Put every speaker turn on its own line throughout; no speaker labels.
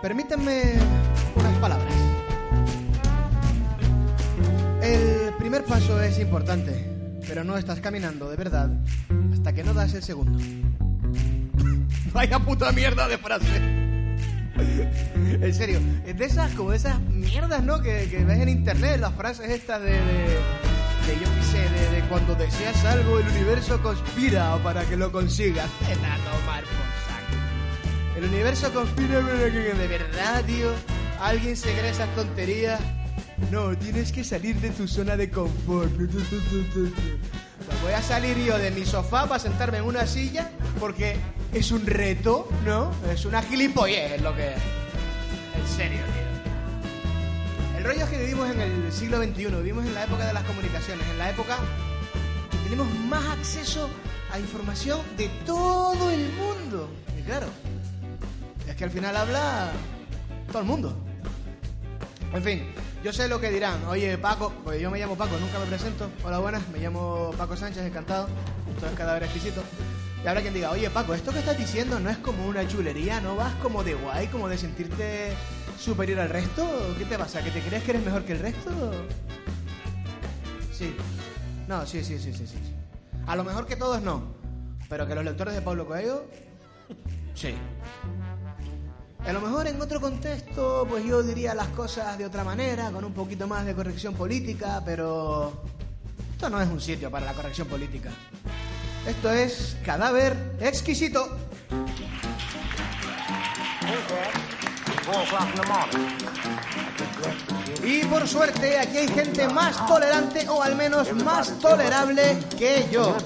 Permítanme unas palabras. El primer paso es importante, pero no estás caminando de verdad hasta que no das el segundo. Vaya puta mierda de frase. en serio, es de esas como de esas mierdas, ¿no? Que, que ves en internet, las frases estas de, de, de, yo qué sé, de, de cuando deseas algo el universo conspira para que lo consigas. Vete a tomar por saco. El universo conspira de verdad, tío. ¿Alguien se cree esas tonterías? No, tienes que salir de tu zona de confort. Pues voy a salir yo de mi sofá para sentarme en una silla porque es un reto, ¿no? Es una gilipollez lo que es. En serio, tío. El rollo es que vivimos en el siglo XXI, vivimos en la época de las comunicaciones, en la época que tenemos más acceso a información de todo el mundo. Y claro, es que al final habla todo el mundo. En fin, yo sé lo que dirán. Oye, Paco, pues yo me llamo Paco, nunca me presento. Hola, buenas, me llamo Paco Sánchez, encantado. Esto es cadáver exquisito. Y habrá quien diga, oye, Paco, esto que estás diciendo no es como una chulería, no vas como de guay, como de sentirte superior al resto. ¿Qué te pasa? ¿Que te crees que eres mejor que el resto? Sí. No, sí, sí, sí, sí, sí. A lo mejor que todos no, pero que los lectores de Pablo Coelho, sí. A lo mejor en otro contexto, pues yo diría las cosas de otra manera, con un poquito más de corrección política, pero esto no es un sitio para la corrección política. Esto es cadáver exquisito. Y por suerte aquí hay gente más tolerante o al menos más tolerable que yo.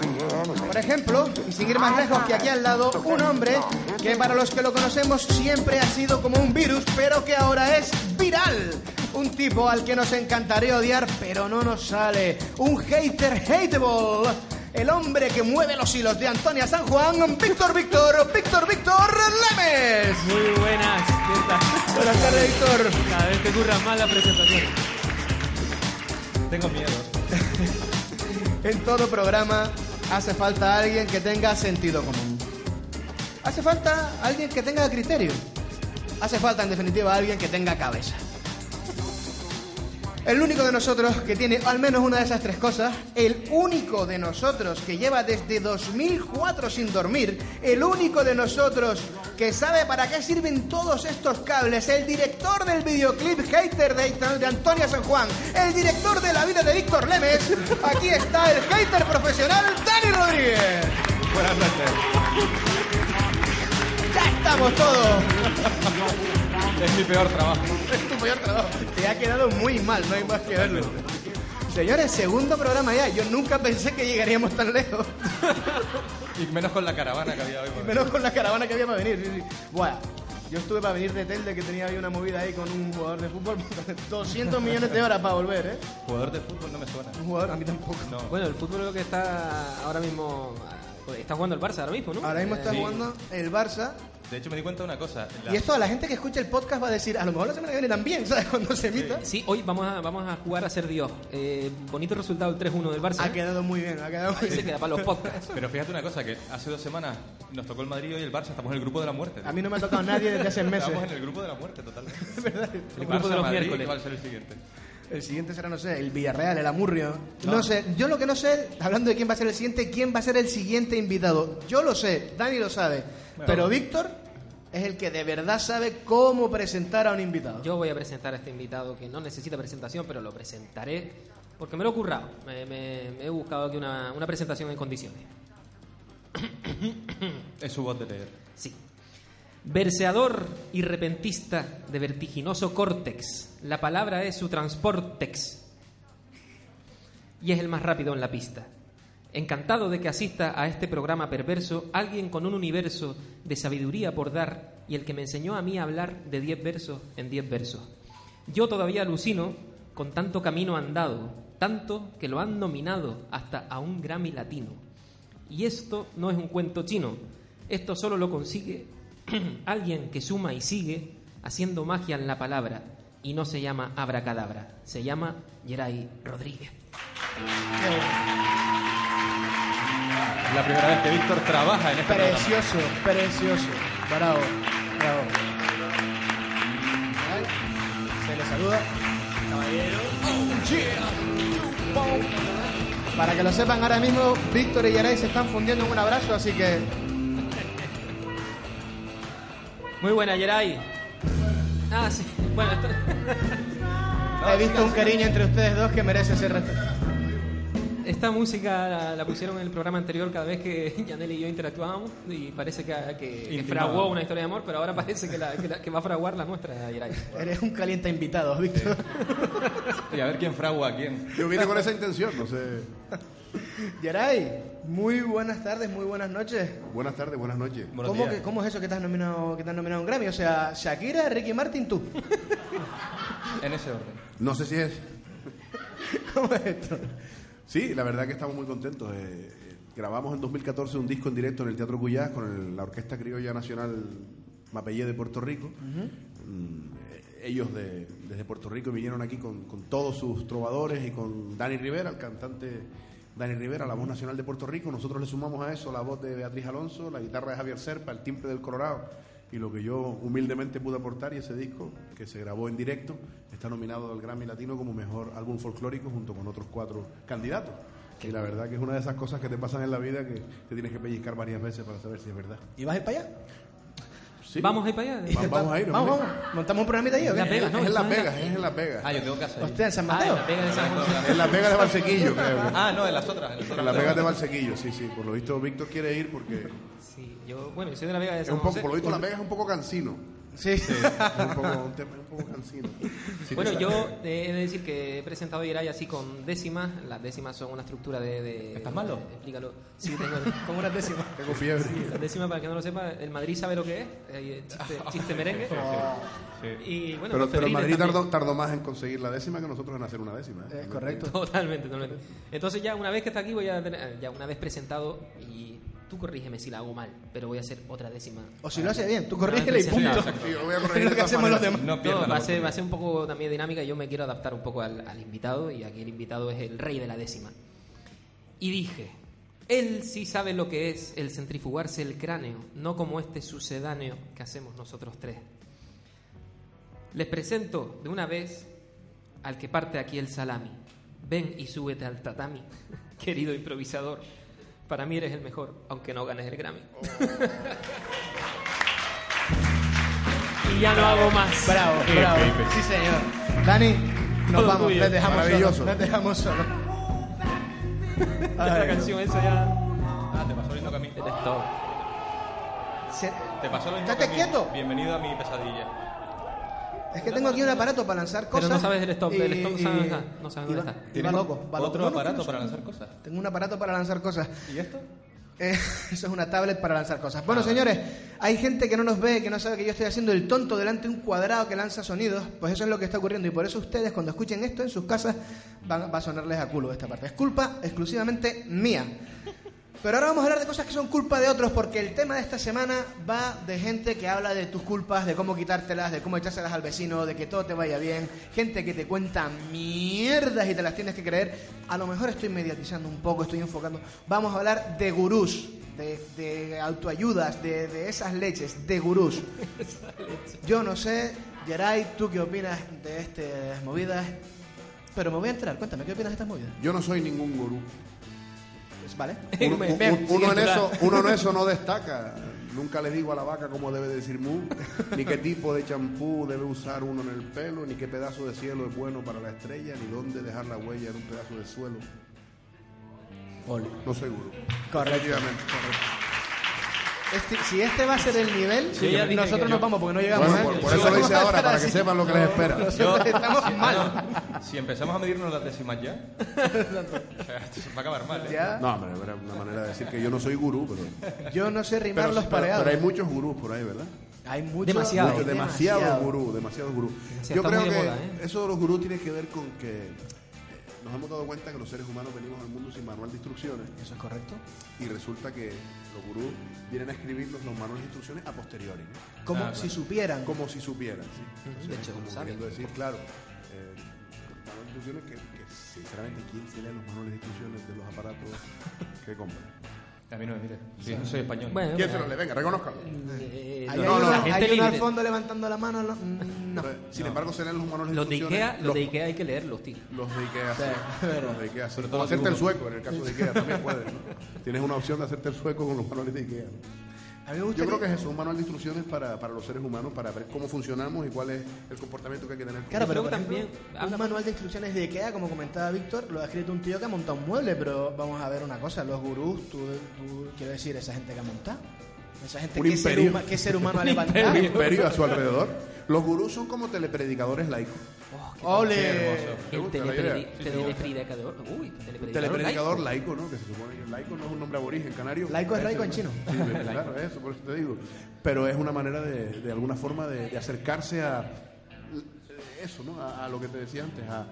Por ejemplo, y sin ir más lejos que aquí al lado, un hombre que para los que lo conocemos siempre ha sido como un virus, pero que ahora es viral. Un tipo al que nos encantaría odiar, pero no nos sale. Un hater hateable. El hombre que mueve los hilos de Antonia San Juan, Víctor Víctor, Víctor Víctor Lemes.
Muy buenas, ¿qué tal?
Buenas tardes, Víctor.
Cada vez te curra más la presentación. Tengo miedo.
En todo programa hace falta alguien que tenga sentido común. Hace falta alguien que tenga criterio. Hace falta, en definitiva, alguien que tenga cabeza. El único de nosotros que tiene al menos una de esas tres cosas, el único de nosotros que lleva desde 2004 sin dormir, el único de nosotros que sabe para qué sirven todos estos cables, el director del videoclip Hater de, de Antonia San Juan, el director de la vida de Víctor Lemes, aquí está el hater profesional Dani Rodríguez.
Buenas noches.
Ya estamos todos.
Es mi peor trabajo.
Es tu peor trabajo. Te ha quedado muy mal, no hay más que verlo. Señores, segundo programa ya. Yo nunca pensé que llegaríamos tan lejos.
Y menos con la caravana que había hoy.
Y menos con la caravana que había para venir. Sí, sí. Bueno, yo estuve para venir de Telde, que tenía ahí una movida ahí con un jugador de fútbol. 200 millones de horas para volver, ¿eh?
Jugador de fútbol no me suena.
Un jugador, a mí tampoco.
No. Bueno, el fútbol creo que está ahora mismo... eh, Está jugando el Barça ahora mismo, ¿no?
Ahora mismo está sí. jugando el Barça.
De hecho, me di cuenta de una cosa.
La... Y esto a la gente que escucha el podcast va a decir, a lo mejor la semana que viene también, ¿sabes? Cuando se emita.
Eh, Sí, hoy vamos a, vamos a jugar a ser Dios. Eh, bonito resultado el 3-1 del Barça.
Ha quedado muy bien, ha quedado muy Ah,
Ahí
bien.
se queda para los podcasts.
Pero fíjate una cosa, que hace dos semanas nos tocó el Madrid y el Barça, estamos en el grupo de la muerte.
A mí no me ha tocado nadie desde hace meses.
Estamos en el grupo de la muerte, totalmente.
¿Verdad?
El, el grupo Barça, de los Madrid, miércoles. va a ser el siguiente?
El siguiente será, no sé, el Villarreal, el Amurrio. Ah. No. no. sé, yo lo que no sé, hablando de quién va a ser el siguiente, quién va a ser el siguiente invitado. Yo lo sé, Dani lo sabe. Bueno. Pero Víctor es el que de verdad sabe cómo presentar a un invitado.
Yo voy a presentar a este invitado que no necesita presentación, pero lo presentaré porque me lo he currado. Me, me, me he buscado aquí una, una presentación en condiciones.
Es su voz de leer.
Sí. Verseador y repentista de vertiginoso córtex. La palabra es su transportex. Y es el más rápido en la pista. Encantado de que asista a este programa perverso, alguien con un universo de sabiduría por dar y el que me enseñó a mí a hablar de 10 versos en 10 versos. Yo todavía alucino con tanto camino andado, tanto que lo han nominado hasta a un Grammy latino. Y esto no es un cuento chino, esto solo lo consigue alguien que suma y sigue haciendo magia en la palabra y no se llama abracadabra, se llama Geray Rodríguez.
Eh,
Es la primera vez que Víctor trabaja en este programa.
Precioso, precioso. Bravo, bravo. Vale, Se le saluda. Para que lo sepan, ahora mismo Víctor y Yaray se están fundiendo en un abrazo, así que
Muy buena, Geray. Ah, sí. Bueno, esto-
he visto un cariño entre ustedes dos que merece ser respetado.
esta música la, la pusieron en el programa anterior cada vez que Yanel y yo interactuábamos y parece que, que, que
Intimado.
fraguó una historia de amor, pero ahora parece que, la- que la- que va a fraguar la nuestra, Geray.
Eres un caliente invitado, Víctor.
Y a ver quién fragua a quién.
Yo vine con esa intención, no sé.
Yaray, muy buenas tardes, muy buenas noches.
Buenas tardes, buenas noches.
Buenos
¿Cómo,
días.
que- ¿Cómo es eso que te has nominado que te has nominado a un Grammy? O sea, Shakira, Ricky Martin, tú.
En ese orden.
No sé si es.
¿Cómo es esto?
Sí, la verdad que estamos muy contentos. Eh, eh, grabamos en 2014 un disco en directo en el Teatro Cuyás con el- la Orquesta Criolla Nacional Mapellé de Puerto Rico. Mm, eh, ellos de- desde Puerto Rico vinieron aquí con, con todos sus trovadores y con Dani Rivera, el cantante Dani Rivera, la voz nacional de Puerto Rico. Nosotros le sumamos a eso la voz de Beatriz Alonso, la guitarra de Javier Serpa, el timbre del Colorado. Y lo que yo humildemente pude aportar y ese disco, que se grabó en directo, está nominado al Grammy Latino como mejor álbum folclórico junto con otros cuatro candidatos. Y la verdad que es una de esas cosas que te pasan en la vida que te tienes que pellizcar varias veces para saber si es verdad.
¿Y vas a ir para allá?
Sí.
Vamos ahí para allá.
Va- vamos a ir,
Vamos,
hombre.
vamos. Montamos un programita ahí, ¿o qué?
Las Vegas,
Es
¿no?
en
Eso
Las
es en
Vegas, es en Las Vegas.
Ah, yo tengo casa ahí.
Hostia, en San
Ah, en
Mateo.
la pega de San José.
En Las Vegas de Valsequillo, creo. que.
Ah, no, en las otras. En las otras.
En Las Vegas de Valsequillo, sí, sí. Por lo visto Víctor quiere ir porque
Sí, yo, bueno, yo soy de la Vega de
es
San
un poco,
José.
por lo visto Las Vegas es un poco cansino.
Sí.
Es un poco, un tema, un poco cansino. Sí,
Bueno,
sí.
yo eh, he de decir que he presentado a Yeray así con décimas. Las décimas son una estructura de... de-
¿Estás malo?
Explícalo. Sí, tengo con unas décimas.
Tengo fiebre.
Las décimas, para el que no lo sepa, el Madrid sabe lo que es. eh, chiste, chiste merengue. Y bueno,
pero,
los
pero
febriles
Madrid
también.
tardó, tardó más en conseguir la décima que nosotros en hacer una décima. ¿eh?
Es correcto.
Totalmente, totalmente. Entonces ya una vez que está aquí voy a tener, eh, ya una vez presentado y tú corrígeme si la hago mal, pero voy a hacer otra décima.
O si lo hace bien, tú
Una vez
corrígele y
presentado.
punto.
Sí, yo voy a corregir
Es lo que
de todas
hacemos los
maneras.
demás.
No
No,
pierdan.
va, a ser, va a ser un poco también dinámica y yo me quiero adaptar un poco al, al invitado y aquí el invitado es el rey de la décima. Y dije, él sí sabe lo que es el centrifugarse el cráneo, no como este sucedáneo que hacemos nosotros tres. Les presento de una vez al que parte aquí el salami. Ven y súbete al tatami, querido improvisador. Para mí eres el mejor, aunque no ganes el Grammy. y ya no hago más.
Bravo, bravo. Sí, señor. Dani, nos
Todo
vamos.
tuyo.
Les dejamos
Maravilloso.
solos. Les dejamos solos.
La canción esa ya.
Ah, te pasó lo mismo que a mí.
Detestó.
Se-
Te pasó lo mismo
Estate
que a mí.
quieto.
Bienvenido a mi pesadilla.
Es que tengo aquí un aparato para lanzar
Pero
cosas.
no sabes el stop, el stop no sabe
y-
dónde está, no sabe
y
dónde
va-
está.
y va
¿Tienes
loco, va
otro
loco. No, no,
aparato
no,
para
no.
lanzar cosas?
Tengo un aparato para lanzar cosas.
¿Y esto?
Eh, eso es una tablet para lanzar cosas.
Ah.
Bueno, señores, hay gente que no nos ve, que no sabe que yo estoy haciendo el tonto delante de un cuadrado que lanza sonidos. Pues eso es lo que está ocurriendo. Y por eso ustedes, cuando escuchen esto en sus casas, van- va a sonarles a culo esta parte. Es culpa exclusivamente mía. Pero ahora vamos a hablar de cosas que son culpa de otros, porque el tema de esta semana va de gente que habla de tus culpas, de cómo quitártelas, de cómo echárselas al vecino, de que todo te vaya bien, gente que te cuenta mierdas y te las tienes que creer. A lo mejor estoy mediatizando un poco, estoy enfocando. Vamos a hablar de gurús, de, de autoayudas, de, de esas leches, de gurús. Yo no sé, Geray, ¿tú qué opinas de estas movidas? Pero me voy a entrar, cuéntame, ¿qué opinas de estas movidas?
Yo no soy ningún gurú.
Pues, ¿Vale?
Uno,
Me-
un-
me-
un- uno en
siguiente
eso,
lugar.
uno en eso no destaca. Nunca le digo a la vaca cómo debe decir mu, ni qué tipo de champú debe usar uno en el pelo, ni qué pedazo de cielo es bueno para la estrella, ni dónde dejar la huella en un pedazo de suelo. No soy gurú.
Correcto.
Definitivamente.
Este- si este va a ser el nivel,
Sí, yo ya dije
nosotros
que
nos
yo-
vamos porque no llegamos
Bueno,
a
por,
él.
por
Si
eso lo
vamos
hice
a
ahora,
estar
para que
así,
sepan lo que les espera.
nosotros
Ah,
estamos
no.
mal.
Si empezamos a medirnos las décimas ya, o sea, esto se va a acabar mal. ¿eh?
Ya,
No, hombre, era una manera de decir que yo no soy gurú, pero,
yo no sé rimar
pero,
los
pero-
pareados.
pero hay muchos gurús por ahí, ¿verdad?
hay mucho,
Demasiado.
Muchos, demasiado,
demasiado.
gurú, demasiado gurú.
Sí,
Yo
está
creo
muy de
que
moda, ¿eh?
eso de los gurús tiene que ver con que eh, nos hemos dado cuenta que los seres humanos venimos al mundo sin manual de instrucciones
¿Eso es correcto?
y resulta que los gurús vienen a escribirnos los manuales de instrucciones a posteriori, ¿no?
Como
Claro.
si supieran.
como si supieran. ¿sí? Entonces,
De hecho,
como
saben.
queriendo decir, claro, eh, los manuales de instrucciones que, que, sinceramente, ¿quién se lee los manuales de instrucciones de los aparatos que compran?
A mí no me mires. Sí, no soy español.
Bueno,
¿Quién se los lee? Venga, reconozcalo.
eh,
Ahí
no,
hay
no,
uno-
la gente
hay uno al
libre.
fondo levantando la mano. No. mm, no.
Pero, eh, Sin embargo, se leen los manuales de
Los de
instrucciones.
Ikea, los de Ikea hay que leerlos, tío.
Los de Ikea, sí.
Sí, verdad.
Los de Ikea, sí. O hacerte el sueco, en el caso de Ikea, también puedes. ¿no? Tienes una opción de hacerte el sueco con los manuales de Ikea.
A mí me gusta
Yo creo que es eso, un manual de instrucciones para, para los seres humanos, para ver cómo funcionamos y cuál es el comportamiento que hay que tener.
Claro, pero
Yo creo que
también
también habla-
un manual de instrucciones de IKEA, como comentaba Víctor, lo ha escrito un tío que ha montado un mueble, pero vamos a ver una cosa, los gurús, tú, tú- quiero decir, esa gente que ha montado, esa gente
Un
que ser,
imperio.
huma- qué ser humano ha
Un
levantado.
imperio a su alrededor. Los gurús son como telepredicadores laicos.
Oh, Ole,
¿Te
El
gusta la idea?
telepredicador. Telepredicador. Uy, telepredicador.
Telepredicador
laico.
laico, ¿no? Que se supone que laico no es un nombre aborigen canario.
Laico es laico en
Sí,
chino.
claro, eso, por eso te digo. Pero es una manera de, de alguna forma de, de acercarse a eso, ¿no? A, a lo que te decía antes, a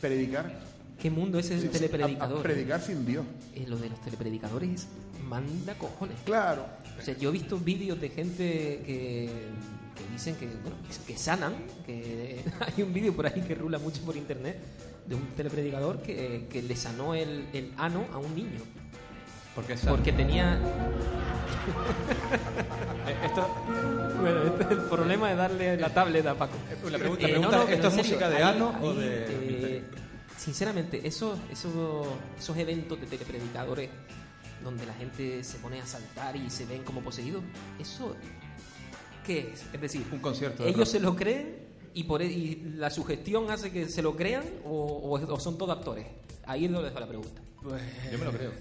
predicar.
¿Qué mundo es el
sin-
telepredicador?
a- a predicar sin Dios.
Eh, lo de los telepredicadores manda cojones.
Claro.
O sea, yo he visto vídeos de gente que, que dicen que, bueno, que sanan, que hay un vídeo por ahí que rula mucho por internet de un telepredicador que, que le sanó el, el ano a un niño.
Porque, es
Porque tenía...
Eh, esto,
Bueno, este es el problema de darle la tablet a Paco.
la pregunta,
Eh, no,
pregunta,
no, pero
¿esto es
en serio,
música de
ahí-
ano o
ahí,
de...?
eh, sinceramente, esos, esos, esos eventos de telepredicadores donde la gente se pone a saltar y se ven como poseídos, ¿eso qué es? Es decir,
Un concierto de
¿ellos
rock.
se lo creen y, por, e, y la sugestión hace que se lo crean o, o- o son todos actores? Ahí lo dejo la pregunta.
Yo me lo creo.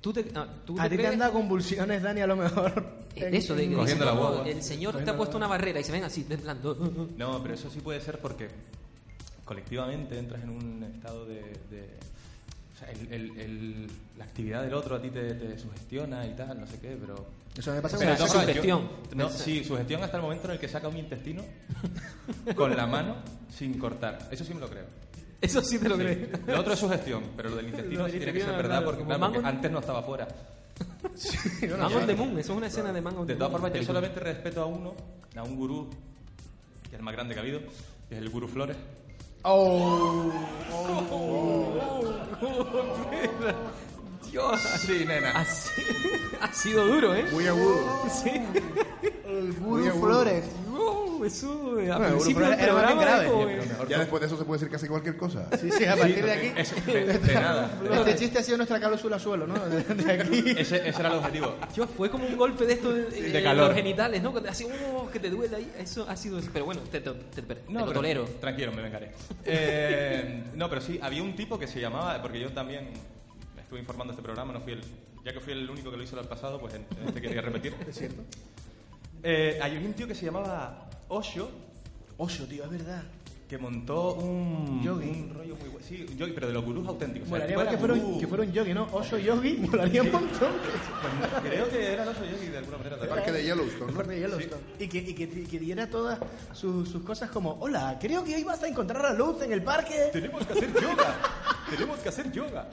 ¿Tú te, ah, tú
a
te
ti te
crees-
han dado convulsiones, Dani, a lo mejor.
eh, eso, de,
Cogiendo
dicen,
la
no,
guagua.
el señor te ha puesto una barrera y se ven así, temblando.
No, pero eso sí puede ser porque colectivamente entras en un estado de... de- o sea, el- el- el- la actividad del otro a ti te, te sugestiona y tal, no sé qué, pero...
Eso me pasa
Pero
una
no,
vez.
pero
sugestión.
yo- no, sí, sugestión hasta el momento en el que saca un intestino con la mano sin cortar. Eso sí me lo creo.
Eso sí te lo crees.
Lo otro es sugestión, pero lo del intestino
Lo
sí
del
tiene que ser
intestino,
verdad
claro,
porque,
como
claro, porque
mango.
antes no estaba fuera.
Man on the Moon, eso es una escena de Man on
De
the
todas
Moon.
formas, yo solamente respeto a uno, a un gurú, que es el más grande que ha habido, que es el gurú Flores.
Oh, oh,
Oh,
Dios, sí,
Ha
nena.
si- ha sido duro, ¿eh?
Muy agudo.
Sí.
el
Muy
gurú
agudo.
Flores.
Wow, eso eh, a
Bueno,
principio
Europa
del
era más bien
programa
grave.
era como, eh,
Ya después de eso se puede decir casi cualquier cosa.
Sí, sí, a partir de aquí.
Eso, de, de nada.
Este chiste ha sido nuestra cápsula suelo, ¿no? De de aquí.
Ese, ese era el objetivo.
Dios, fue como un golpe de estos eh,
de
en
calor.
los genitales, ¿no? Que te hace, "Oh, que te duele ahí. Eso ha sido. Pero bueno, te, te- te- te lo
pero-
tolero.
Tranquilo, me vengaré. Eh, no, pero sí, había un tipo que se llamaba, porque yo también estuve informando este programa, no fui el, ya que fui el único que lo hizo el pasado, pues en- en este quería repetir. ¿Es cierto? hay un tío que se llamaba Osho,
Ocho, tío, es verdad.
que montó un,
Yogi.
un rollo muy bueno. Sí, un yogi, pero de los gurús
Pues,
auténticos. O sea, el
Molaría
tipo
ver
era
que fuera, un,
uh.
gurú.
que fuera un yogi, ¿no? Ocho yogi, molaría un montón.
Creo que era el Osho yogi de alguna manera.
El
tal cual.
parque de Yellowstone,
El
¿no?
parque de Yellowstone. Y que, y que, y que diera todas sus, sus cosas como, hola, creo que hoy vas a encontrar la luz en el parque.
Tenemos que hacer yoga. Tenemos que hacer yoga.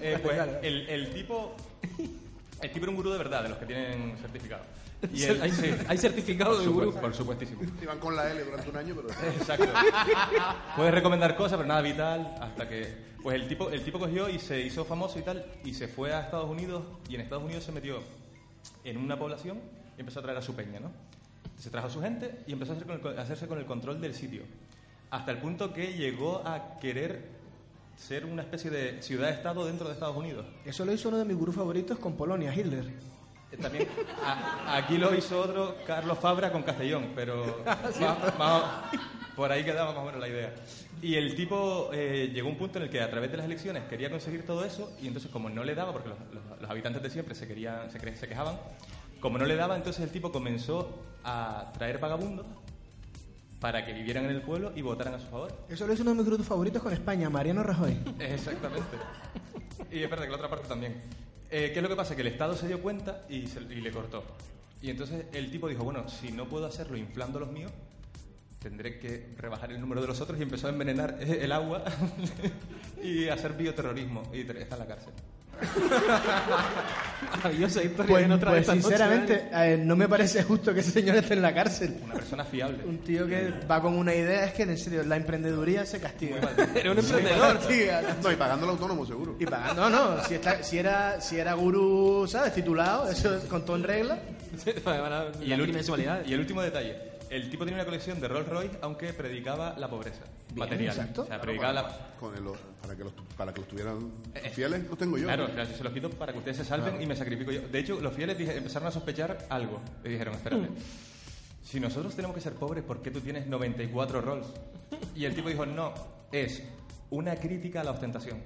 Eh, pues
Claro.
el, el tipo. El tipo era un gurú de verdad, de los que tienen certificado. Y él,
hay,
sí,
hay certificado
por,
de
supuesto,
gurú.
por supuestísimo.
Iban con la L durante un año, pero...
Exacto. Puedes recomendar cosas, pero nada vital, hasta que. Pues el tipo, el tipo cogió y se hizo famoso y tal, y se fue a Estados Unidos, y en Estados Unidos se metió en una población y empezó a traer a su peña, ¿no? Se trajo a su gente y empezó a, hacer con el co- a hacerse con el control del sitio. Hasta el punto que llegó a querer ser una especie de ciudad-estado dentro de Estados Unidos.
Eso lo hizo uno de mis gurús favoritos con Polonia, Hitler.
Eh, También a- aquí lo hizo otro Carlos Fabra con Castellón, pero más- más- por ahí quedaba más o menos la idea. Y el tipo eh, llegó a un punto en el que a través de las elecciones quería conseguir todo eso y entonces como no le daba, porque los, los- los habitantes de siempre se, querían, se, cre- se quejaban, Como no le daba, entonces el tipo comenzó a traer vagabundos para que vivieran en el pueblo y votaran a su favor.
Eso lo hizo uno de mis grupos favoritos con España, Mariano Rajoy.
Exactamente. Y es verdad que la otra parte también. Eh, ¿Qué es lo que pasa? Que el Estado se dio cuenta y, se- y le cortó. Y entonces el tipo dijo, bueno, si no puedo hacerlo inflando los míos, tendré que rebajar el número de los otros y empezó a envenenar eh, el agua y hacer bioterrorismo. Y te- está en la cárcel.
Maravillosa historia
Pues,
en otra de
pues,
estas noches,
sinceramente,
¿eh?
eh, no me parece justo que ese señor esté en la cárcel.
Una persona fiable.
Un tío que va con una idea, es que en serio, la emprendeduría se castiga.
Era un
Claro,
emprendedor.
tío.
No, y pagando el autónomo, seguro.
Y pagando, no, no, si, está- si, era, si era gurú, ¿sabes? Titulado, eso es con todo en regla.
Y el,
último-
ulti- y el último detalle. El tipo tenía una colección de Rolls Royce, aunque predicaba la pobreza material.
exacto.
O sea,
Claro,
predicaba la...
para, con el- para que los, para que los tuvieran
Eh,
fieles, los tengo yo.
Claro, claro, yo se los quito para que ustedes se salven y me sacrifico yo. De hecho, los fieles dije- empezaron a sospechar algo. Y dijeron, espérate,
Mm.
si nosotros tenemos que ser pobres, ¿por qué tú tienes 94 rolls? Y el tipo dijo, no, es una crítica a la ostentación.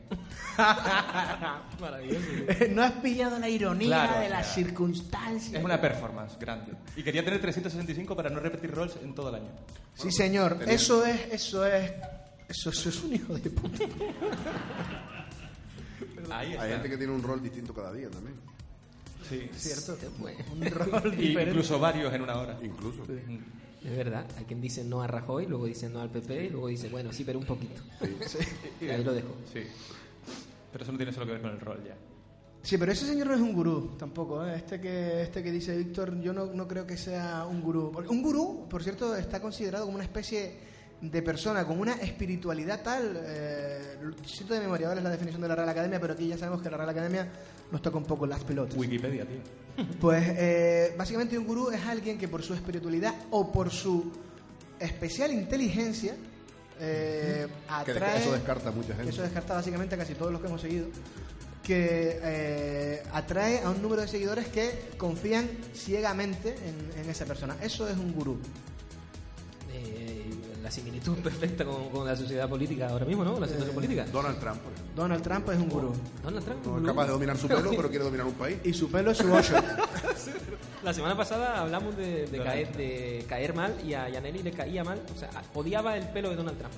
Maravilloso.
Eh, no has pillado la ironía
Claro,
de
o
las
sea,
circunstancias.
Es una performance grande. Y quería tener 365 para no repetir rolls en todo el año.
Sí, señor, eso es, eso es, eso, eso es un hijo de puta.
Ahí está.
Hay gente que tiene un rol distinto cada día también.
Sí.
¿Cierto? Un rol
Y
diferente.
incluso varios en una hora.
Incluso.
Es verdad, hay quien dice no a Rajoy, luego dice no al PP y luego dice, bueno, sí, pero un poquito. Y ahí lo dejo.
Sí. Pero eso no tiene solo que ver con el rol ya.
Sí, pero ese señor no es un gurú tampoco. ¿eh? Este, que, este que dice Víctor, yo no, no creo que sea un gurú. Porque un gurú, por cierto, está considerado como una especie de persona con una espiritualidad tal. Eh, siento de memoria, ¿vale? Es la definición de la Real Academia, pero aquí ya sabemos que la Real Academia nos toca un poco las pelotas.
Wikipedia, tío.
Pues eh, básicamente un gurú es alguien que por su espiritualidad o por su especial inteligencia eh,
Que de-
atrae...
eso descarta a mucha
Eso
gente.
descarta básicamente a casi todos los que hemos seguido. Que eh, atrae a un número de seguidores que confían ciegamente en, en esa persona. Eso es un gurú.
Eh, la similitud perfecta con, con la sociedad política ahora mismo, ¿no? La situación política.
Donald Trump, por ejemplo.
Donald Trump es un gurú.
Donald Trump.
No es capaz de dominar su pelo, pero quiere dominar un país.
Y su pelo es su ocho.
La semana pasada hablamos de, de caer, de caer mal y a Yaneli le caía mal. O sea, odiaba el pelo de Donald Trump.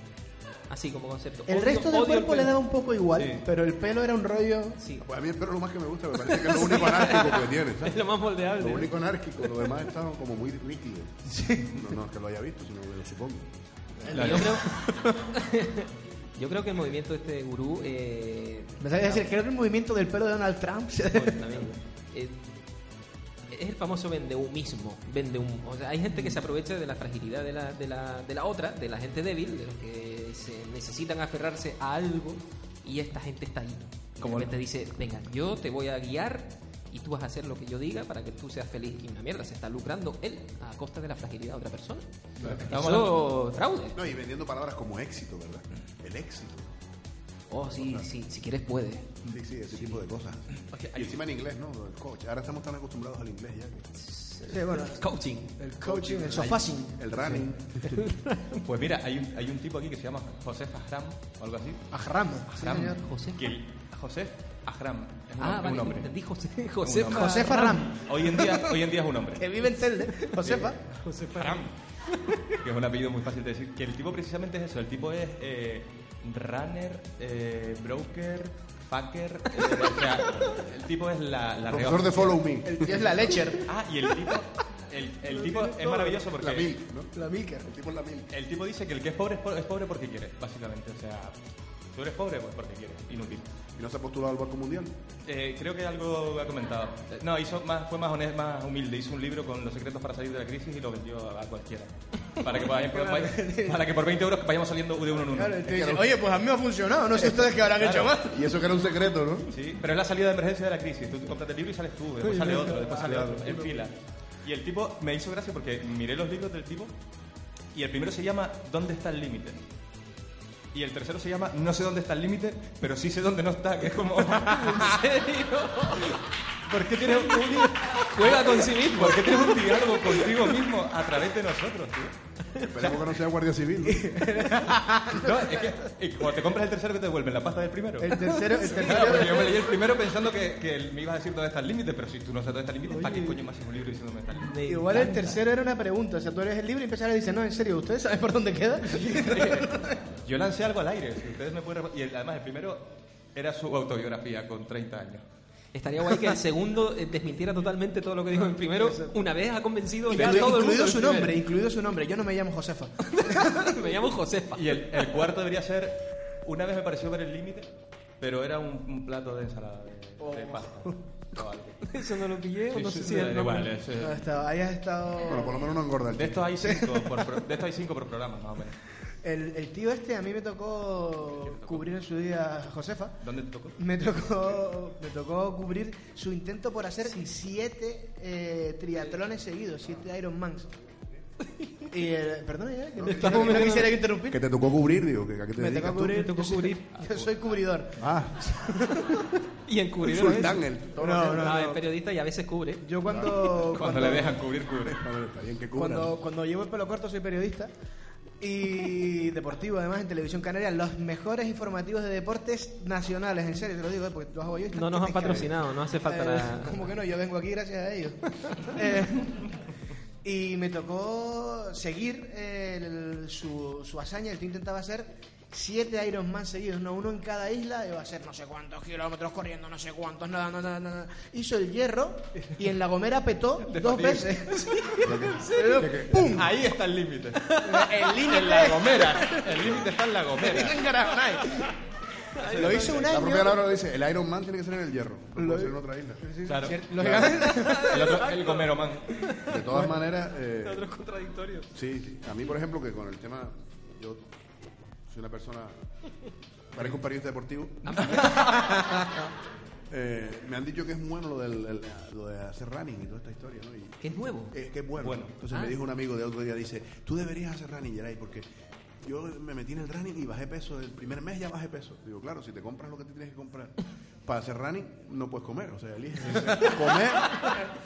Así como concepto.
El
Odio-
resto del
odio el
cuerpo le
pelo.
daba un poco igual,
Sí.
pero el pelo era un rollo...
Sí,
Pues a mí el perro lo más que me gusta, me parece que es lo único anárquico que tiene.
es
¿sabes?
lo más moldeable.
Lo
¿no?
único anárquico, lo demás está como muy líquido. No, no es que lo haya visto, sino que lo supongo.
Claro.
Yo, creo, yo creo que el movimiento de este gurú. Eh,
Me sabía decir, creo que el movimiento del pelo de Donald Trump... se-
Pues, también, eh, es el famoso vendehumismo. Vendehumo. O sea, hay gente que se aprovecha de la fragilidad de la, de, la, de la otra, de la gente débil, de los que se necesitan aferrarse a algo y esta gente está ahí. Como
Como-
te dice, venga, yo te voy a guiar y tú vas a hacer lo que yo diga para que tú seas feliz. Y una mierda, se está lucrando él a costa de la fragilidad de otra persona.
Estamos
Eso fraude.
No, y vendiendo palabras como éxito, ¿verdad? El éxito.
Oh, sí, sí, si quieres puedes.
Sí, sí, ese tipo de cosas.
Oye, hay-
Y encima en inglés, ¿no? El coach. Ahora estamos tan acostumbrados al inglés ya. que-
Sí, bueno,
Coaching.
el coaching, el sofacing.
El running.
Pues mira, hay un, hay un tipo aquí que se llama José Fajram o algo así.
Ajram.
Ajram.
señor.
José.
Que el- José Ajram es un,
Ah,
hom- un
vale,
hombre.
entendí, José. José,
hombre.
Josefa Ram.
Hoy en día, hoy en día es un hombre.
Que vive en Telde. Josefa.
Ajram. Que es un apellido muy fácil de decir. Que el tipo precisamente es eso. El tipo es eh, runner, eh, broker, fucker. eh, o sea, el tipo es la, la
Profesor de
rehoja.
Follow Me.
El tío es la Lecher.
Ah, y el tipo, el, el tipo es maravilloso porque
La Milk, ¿no?
La Milker.
El tipo es la Milk.
El tipo dice que el que es pobre es po- es pobre porque quiere, básicamente. O sea, tú eres pobre pues porque quieres, inútil.
¿Y no se ha postulado al Banco Mundial?
Eh, creo que algo ha comentado. Eh, No, hizo más, fue más honesto, más humilde. Hizo un libro con los secretos para salir de la crisis y lo vendió a, a cualquiera. Para que, vaya- para que por 20 euros vayamos saliendo de uno en uno.
Claro, el tío dice, oye, pues a mí me ha funcionado, no sé ustedes qué habrán hecho más.
Y eso que era un secreto, ¿no?
Sí, pero es la salida de emergencia de la crisis. Tú te compras el libro y sales tú, después sale otro, después sale
Claro.
otro, en fila. Y el tipo me hizo gracia porque miré los libros del tipo y el primero se llama ¿Dónde está el límite? Y el tercero se llama No sé dónde está el límite, pero sí sé dónde no está, que es como... ¿En serio? ¿Por qué tienes un di- juega con sí mismo? ¿Por qué tienes un diálogo contigo mismo a través de nosotros, tío?
Esperemos que no sea Guardia Civil. ¿no?
No, es que eh, cuando te compras el tercero que te devuelven la pasta del primero.
El tercero, el
Claro, porque yo
tercero.
me leí el primero pensando que, que él me ibas a decir dónde está el límite, pero si tú no sabes dónde está el límite, ¿para qué coño me haces un libro diciéndome dónde está el límite?
Me
Igual el
encanta.
tercero era una pregunta, o sea, tú eres el libre y empiezas a decir, no, en serio, ¿ustedes saben por dónde queda?
Yo lancé algo al aire, si ustedes me pueden... rep- Y el- además el primero era su autobiografía con 30 años.
Estaría guay que el segundo eh, desmintiera totalmente todo lo que dijo el primero. Una vez ha convencido ya a
Inclu-
todo el mundo.
incluido
del
su
primero.
nombre, incluido su nombre. Yo no me llamo Josefa.
Me llamo Josefa.
Y el, el cuarto debería ser... Una vez me pareció ver el límite, pero era un, un plato de ensalada de, de pasta. o algo.
Eso no lo pillé, o no
Sí,
sé
sí,
si
da
es el nombre.
igual, es, eh,
No, has estado- ahí has estado...
Bueno, por lo menos no engorda el
de,
tío.
estos hay cinco por, pro- de estos hay cinco por programa, más o menos.
El, el tío este a mí me tocó cubrir en su día a Josefa.
¿Dónde te tocó?
Me tocó, me tocó cubrir su intento por hacer siete eh, triatlones seguidos, siete Ironmans. Y, eh, perdona ya, que no,
estamos
no
metiendo-
quisiera
Que
interrumpir.
te tocó cubrir, digo. Que, ¿A qué te
Me
dedicas
tocó
tú?
cubrir,
Me tocó
yo soy-
cubrir.
Yo soy cubridor.
Ah,
Y en cubrir.
el sultán, el todo
No,
lo que-
no.
Ah, el periodista y a veces cubre.
Yo cuando...
Cuando le dejan cubrir, cubre.
A ver, está bien que cubra.
Cuando, cuando llevo el pelo corto soy periodista y deportivo además en Televisión Canaria, los mejores informativos de deportes nacionales, en serio, te lo digo, eh, porque los hago yo. y están-
No nos han
están caros.
patrocinado, no hace falta
Eh,
nada.
¿Cómo que no? Yo vengo aquí gracias a ellos. Eh, y me tocó seguir eh, el- su, su hazaña, el tío intentaba hacer siete Ironman seguidos, no uno en cada isla, iba a hacer no sé cuántos kilómetros corriendo, no sé cuántos, nada, nada, nada. Hizo el hierro y en La Gomera petó
De
dos
fatiga.
veces. Pero, ¡Pum!
Ahí está el límite.
El límite.
En la gomera. El límite está en la gomera.
En Granay. Lo hizo un
La
año.
propia Laura lo dice, el Iron Man tiene que ser en el hierro. No puede ser en otra isla.
Claro.
Cier-
claro.
lógicamente.
El, otro, el gomero man.
De todas maneras, eh,
contradictorio.
sí, sí. a mí, por ejemplo, que con el tema, yo soy una persona, parezco un periodista deportivo. Eh, me han dicho que es bueno lo, del, el- lo de hacer running y toda esta historia, ¿no? Y-
Que es nuevo.
Eh, que es bueno.
Bueno.
Entonces me dijo un amigo de otro día, dice, tú deberías hacer running, Geray, porque yo me metí en el running y bajé peso. El primer mes ya bajé peso. Digo, claro, si te compras lo que te tienes que comprar para hacer running, no puedes comer. O sea, eliges comer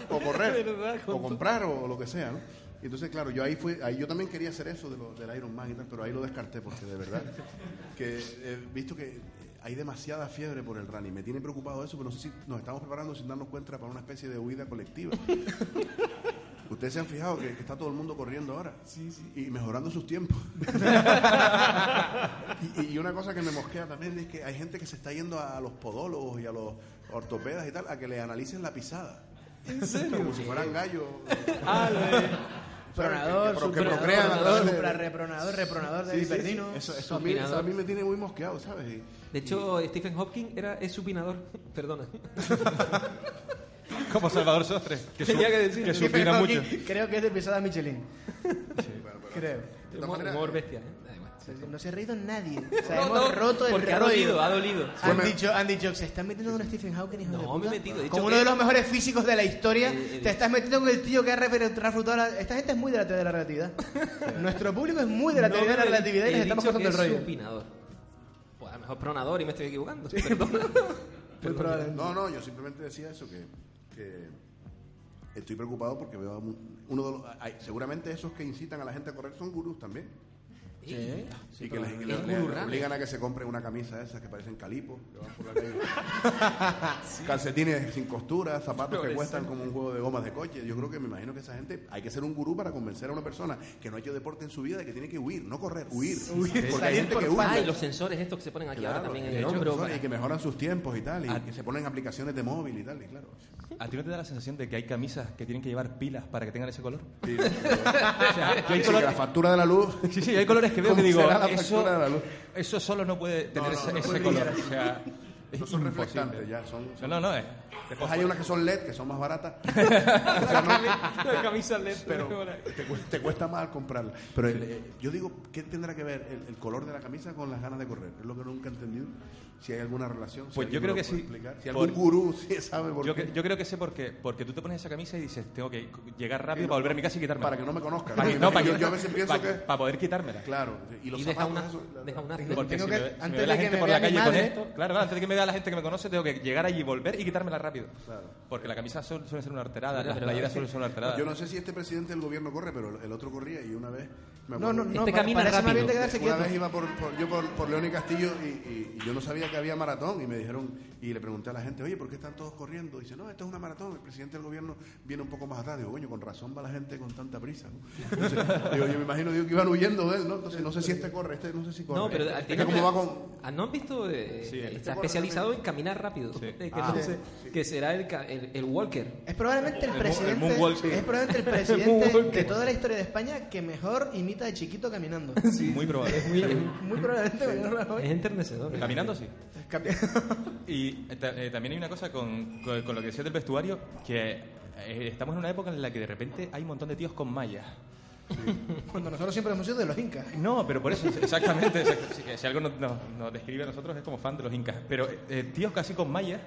o correr o comprar o lo que sea, ¿no? Y entonces, claro, yo ahí fue, ahí yo también quería hacer eso de lo- del Iron Man y tal, pero ahí lo descarté porque de verdad que he visto que hay demasiada fiebre por el running. Me tiene preocupado eso, pero no sé si nos estamos preparando sin darnos cuenta para una especie de huida colectiva. Ustedes se han fijado que, que está todo el mundo corriendo ahora y mejorando sus tiempos. y, y una cosa que me mosquea también es que hay gente que se está yendo a, los podólogos y a los ortopedas y tal a que le analicen la pisada. ¿En serio? Como si fueran gallos. ¿Sabes?
Pronador,
Que- que- que
supranador,
procrean,
pronador,
¿sabes?
suprarrepronador, repronador de
Sí, sí, sí.
Viperdino.
Eso, eso a mí, eso a mí me tiene muy mosqueado, ¿sabes? Y-
De hecho, Stephen Hopkins era, es supinador. Perdona.
Como Salvador Sostre. Que, su-
Tenía que decir.
que
Sí, pero
supina
aquí
mucho.
Creo que es de pisada Michelin. Creo.
de todas
Humor,
maneras,
humor bestia. ¿eh? Da igual.
O sea, No se ha reído nadie. O sea,
No,
hemos
no,
roto el
Porque ha
rollo.
dolido, ha dolido.
Han
Fue me-
dicho, han dicho, se están metiendo con Stephen Hawking, hijo
No,
de
me he
puta?
metido, he dicho eh,
Como uno de
que-
los mejores físicos de la historia,
Eh, eh,
te estás metiendo con el tío que ha refer- refutado la... Esta gente es muy de la teoría de la relatividad. Nuestro público es muy de la teoría de la
he-
relatividad y
he
les estamos
dicho que
cortando el rollo.
Es supinador. Pues a lo mejor pronador y me estoy equivocando. Perdona.
Muy probable.
No, no, yo simplemente decía eso, que, que estoy preocupado porque veo a mu- uno de los, hay- seguramente esos que incitan a la gente a correr son gurús también.
Sí.
y que les, que
Es
les- les
gurú running.
obligan a que se compren una camisa de esas que parecen calipos, que van por la calle. Calcetines sin costura, zapatos que cuestan como un juego de gomas de coche. Yo creo que me imagino que esa gente, hay que ser un gurú para convencer a una persona que no ha hecho deporte en su vida de que tiene que huir, no correr, huir. Porque hay
Salir
gente
por
que huye.
Ah, y los sensores estos que se ponen aquí ahora
Claro,
también
y
en
hay
el
otros
hombro. pues.
profesores, y
para-
que mejoran sus tiempos y tal, y
Ah.
que se ponen aplicaciones de móvil y tal, y claro.
¿A ti no te da la sensación de que hay camisas que tienen que llevar pilas para que tengan ese color?
Sí, sí,
O sea, yo hay
sí, que Ah, la
colores...
factura de la luz.
Sí, sí, hay colores que veo que
¿Cómo
digo,
será la
eso,
factura de la luz?
eso solo no puede tener
no,
ese,
no
ese
puede
color.
brillar.
O sea, es
No son
imposible.
reflectantes ya, son.
No, no, no, es.
Después hay unas que son LED, que son más baratas,
La camisa LED.
pero te, cu- te cuesta más comprarlas. Pero el- eh, yo digo, ¿qué tendrá que ver el, el color de la camisa con las ganas de correr? Es lo que nunca he entendido. Si hay alguna relación. si
Pues yo
alguien
creo
me lo
que
puede
sí.
explicar. Si
Por-
algún gurú sí sabe por
Yo,
qué.
cre- yo creo que sé por qué. Porque tú te pones esa camisa y dices, tengo que llegar rápido para volver a mi casa y quitarme.
Para que no me conozcan.
Pa' que-
Yo-
no, para
yo,
que-
yo a veces pienso
pa'
que.
Para poder quitármela.
Claro. Y los
Y deja
zapatos,
una,
eso, la-
deja una.
Porque
Tengo
si
que-
me, ve- si me
antes
ve la
de que
gente
me ¿eh?
por
vea
la
mi
calle con
madre-
esto... Claro, claro, antes de que me a la gente que me conoce, tengo que llegar allí, volver y quitármela rápido.
Claro.
Porque la camisa suel- suele ser una arterada,
No,
las
pero-
playeras suelen ser una arterada.
Yo no sé si este presidente del gobierno corre, pero el otro corría y una vez... me
No,
acuerdo-
no, no.
Este
pa-
camina
parece más
rápido.
bien de quedarse
Una
quieto.
vez iba por, por- yo por, por León y Castillo y, y- y yo no sabía que había maratón y me dijeron y le pregunté a la gente, oye, ¿por qué están todos corriendo? dice, no, esto es una maratón, el presidente del gobierno viene un poco más atrás. Digo, coño, con razón va la gente con tanta prisa. ¿no? Entonces, digo, yo me imagino digo, que iban huyendo de él, ¿no? Entonces no sé si este corre, este no sé si corre.
No, pero
Este-
al
este
final-
como va con...
Ah, ¿No han visto? eh,
Sí, el-
está especializado en caminar rápido.
Sí.
Eh, Que,
Ah,
entonces-
sí.
que será el, ca- el- el walker.
Es probablemente el
El Moon- el
presidente,
Moonwalk, sí.
es probablemente el presidente de toda la historia de España que mejor imita de chiquito caminando.
Muy probable.
Muy- es,
Muy probablemente porque no lo
es
voy.
enternecedor. eh.
Caminando sí.
Capi-
Y eh, ta- eh, también hay una cosa con, con- con lo que decía del vestuario, que eh, estamos en una época en la que de repente hay un montón de tíos con mallas.
Cuando nosotros siempre hemos sido de los incas.
No, pero por eso, exactamente. exact- si, si algo nos, nos- nos describe a nosotros es como fan de los incas. Pero eh, tíos casi con mallas,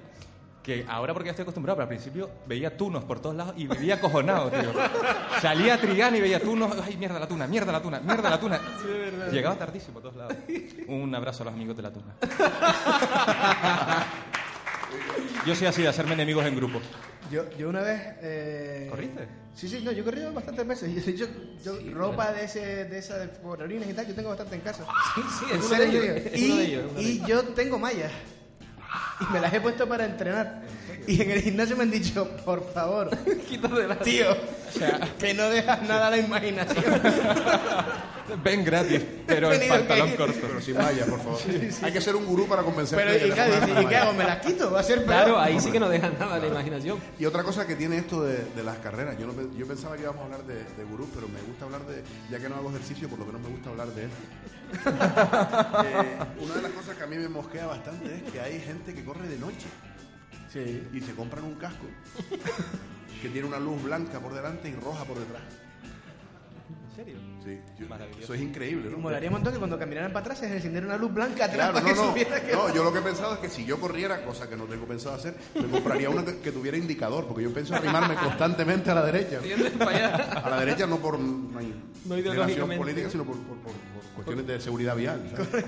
que ahora porque ya estoy acostumbrado, pero al principio veía tunos por todos lados y vivía acojonado, tío. Salía a Trigán y veía tunos, ay, mierda la tuna, mierda la tuna, mierda la tuna. Llegaba tardísimo a todos lados. Un abrazo a los amigos de la tuna. Yo soy así de hacerme enemigos en grupo.
Yo, yo una vez... Eh...
¿Corriste?
Sí, sí, no, yo he corrido bastantes veces. Yo, yo, yo ropa de, ese, de esa, de colorines y tal, yo tengo bastante en casa.
Sí, sí,
En
es uno de
serio,
ellos.
tío.
es
Y,
uno de ellos, es uno de
y
ellos.
yo tengo mallas. Y me las he puesto para entrenar. Y en el gimnasio me han dicho, por favor,
Quítate la-
tío, que no dejas nada a la imaginación.
Ven gratis, pero en
Tenido que
pantalón
ir.
corto.
Pero sin vaya, por favor. Hay que ser un gurú para convencerle.
Pero,
de que
¿y,
le
claro,
pongan
dice,
una
¿y qué
malla.
hago? ¿Me las quito? ¿Va a ser peor?
Claro, ahí sí que no dejan nada a la imaginación.
Y otra cosa que tiene esto de, de las carreras, yo, no pe- yo pensaba que íbamos a hablar de, de gurús, pero me gusta hablar de, ya que no hago ejercicio, por lo menos me gusta hablar de esto. Eh, una de las cosas que a mí me mosquea bastante es que hay gente que corre de noche
Sí.
y se compran un casco que tiene una luz blanca por delante y roja por detrás.
¿En serio?
Sí, yo-
Maravilloso.
eso es increíble, ¿no?
Molaría un montón que cuando caminaran para atrás se les encendiera una luz blanca atrás
Claro,
para
no,
que
no,
supiera que...
no, yo lo que he pensado es que si yo corriera, cosa que no tengo pensado hacer, me compraría uno que, que tuviera indicador, porque yo pienso arrimarme constantemente a la derecha. A la derecha no por no hay
No
relación
ideológicamente.
política, sino por, por- por- por cuestiones de seguridad vial. ¿sabes?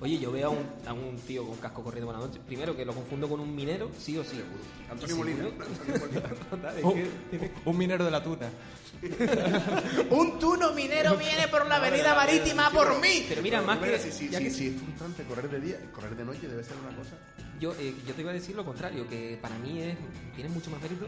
Oye, yo veo a un, a un tío con casco corriendo por la noche. Primero que lo confundo con un minero, sí o sí.
Antonio Molina. Antonio Molina.
Total, es
Un,
que-
Oh, un minero de la tuna.
Un tuno minero viene por la avenida marítima por mí.
Pero mira, más que.
Mira, si, si-
ya
si-
que-
si es frustrante correr de día, correr de noche debe ser una cosa.
Yo, eh, yo te iba a decir lo contrario, que para mí es, tienes mucho más mérito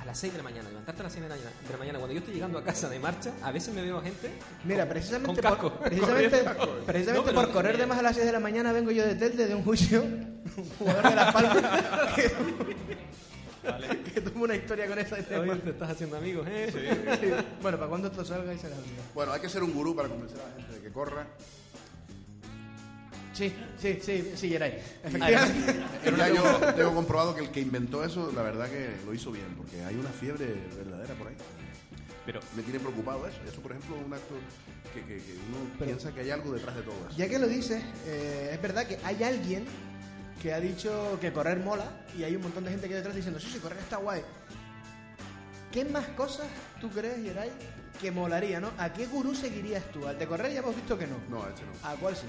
a las 6 de la mañana, levantarte a las 6 de la mañana, de la mañana. Cuando yo estoy llegando a casa de marcha, a veces me veo a gente.
Mira, precisamente,
Con casco.
por, precisamente,
No,
precisamente
pero-
por correr de más a las 6 de la mañana vengo yo de Telde de un juicio, un jugador de la palma que, que tuvo una historia con esa
Oye,
tema.
te estás haciendo amigos, ¿eh?
Bueno, para cuando esto salga y se la olvida.
Bueno, hay que ser un gurú para convencer a la gente de que corra.
Sí, sí, sí, sí, Geray. Efectivamente.
Pero ya yo tengo comprobado que el que inventó eso, la verdad que lo hizo bien, porque hay una fiebre verdadera por ahí.
Pero
Me tiene preocupado eso. Eso, por ejemplo, es un acto que, que- que uno
Pero-
piensa que hay algo detrás de todo eso.
Ya que lo dices, eh, es verdad que hay alguien que ha dicho que correr mola y hay un montón de gente que detrás diciendo, sí, sí, correr está guay. ¿Qué más cosas tú crees, Geray, que molaría, no? ¿A qué gurú seguirías tú? Al de correr ya hemos visto que no.
No, ese no.
¿A cuál sí?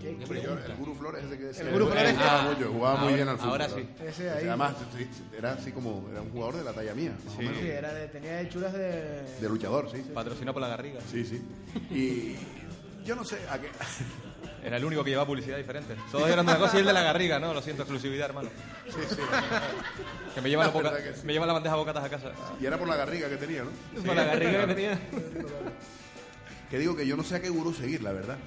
¿Qué- qué-
Pero yo, el Guru Flores ese que decía-
El Guru Flores.
jugaba mucho, jugaba muy
Ahora-
bien al fútbol.
ahora
¿no?
sí.
Ese ahí.
Además, sí, sí, era así como, era un jugador de la talla mía, más o menos.
sí, era de- tenía hechuras de...
De luchador, sí.
patrocinó por la garriga.
Sí, sí. Y yo no sé, a qué-
Era el único que llevaba publicidad diferente. Todos eran de una cosa y el de la garriga, ¿no? Lo siento, exclusividad, hermano. Que me lleva, la, boca-
verdad que sí.
me lleva la bandeja bocatas a casa.
y era por la garriga que tenía, ¿no?
Con la garriga que tenía.
Que digo que yo no sé a qué gurú seguir, la verdad.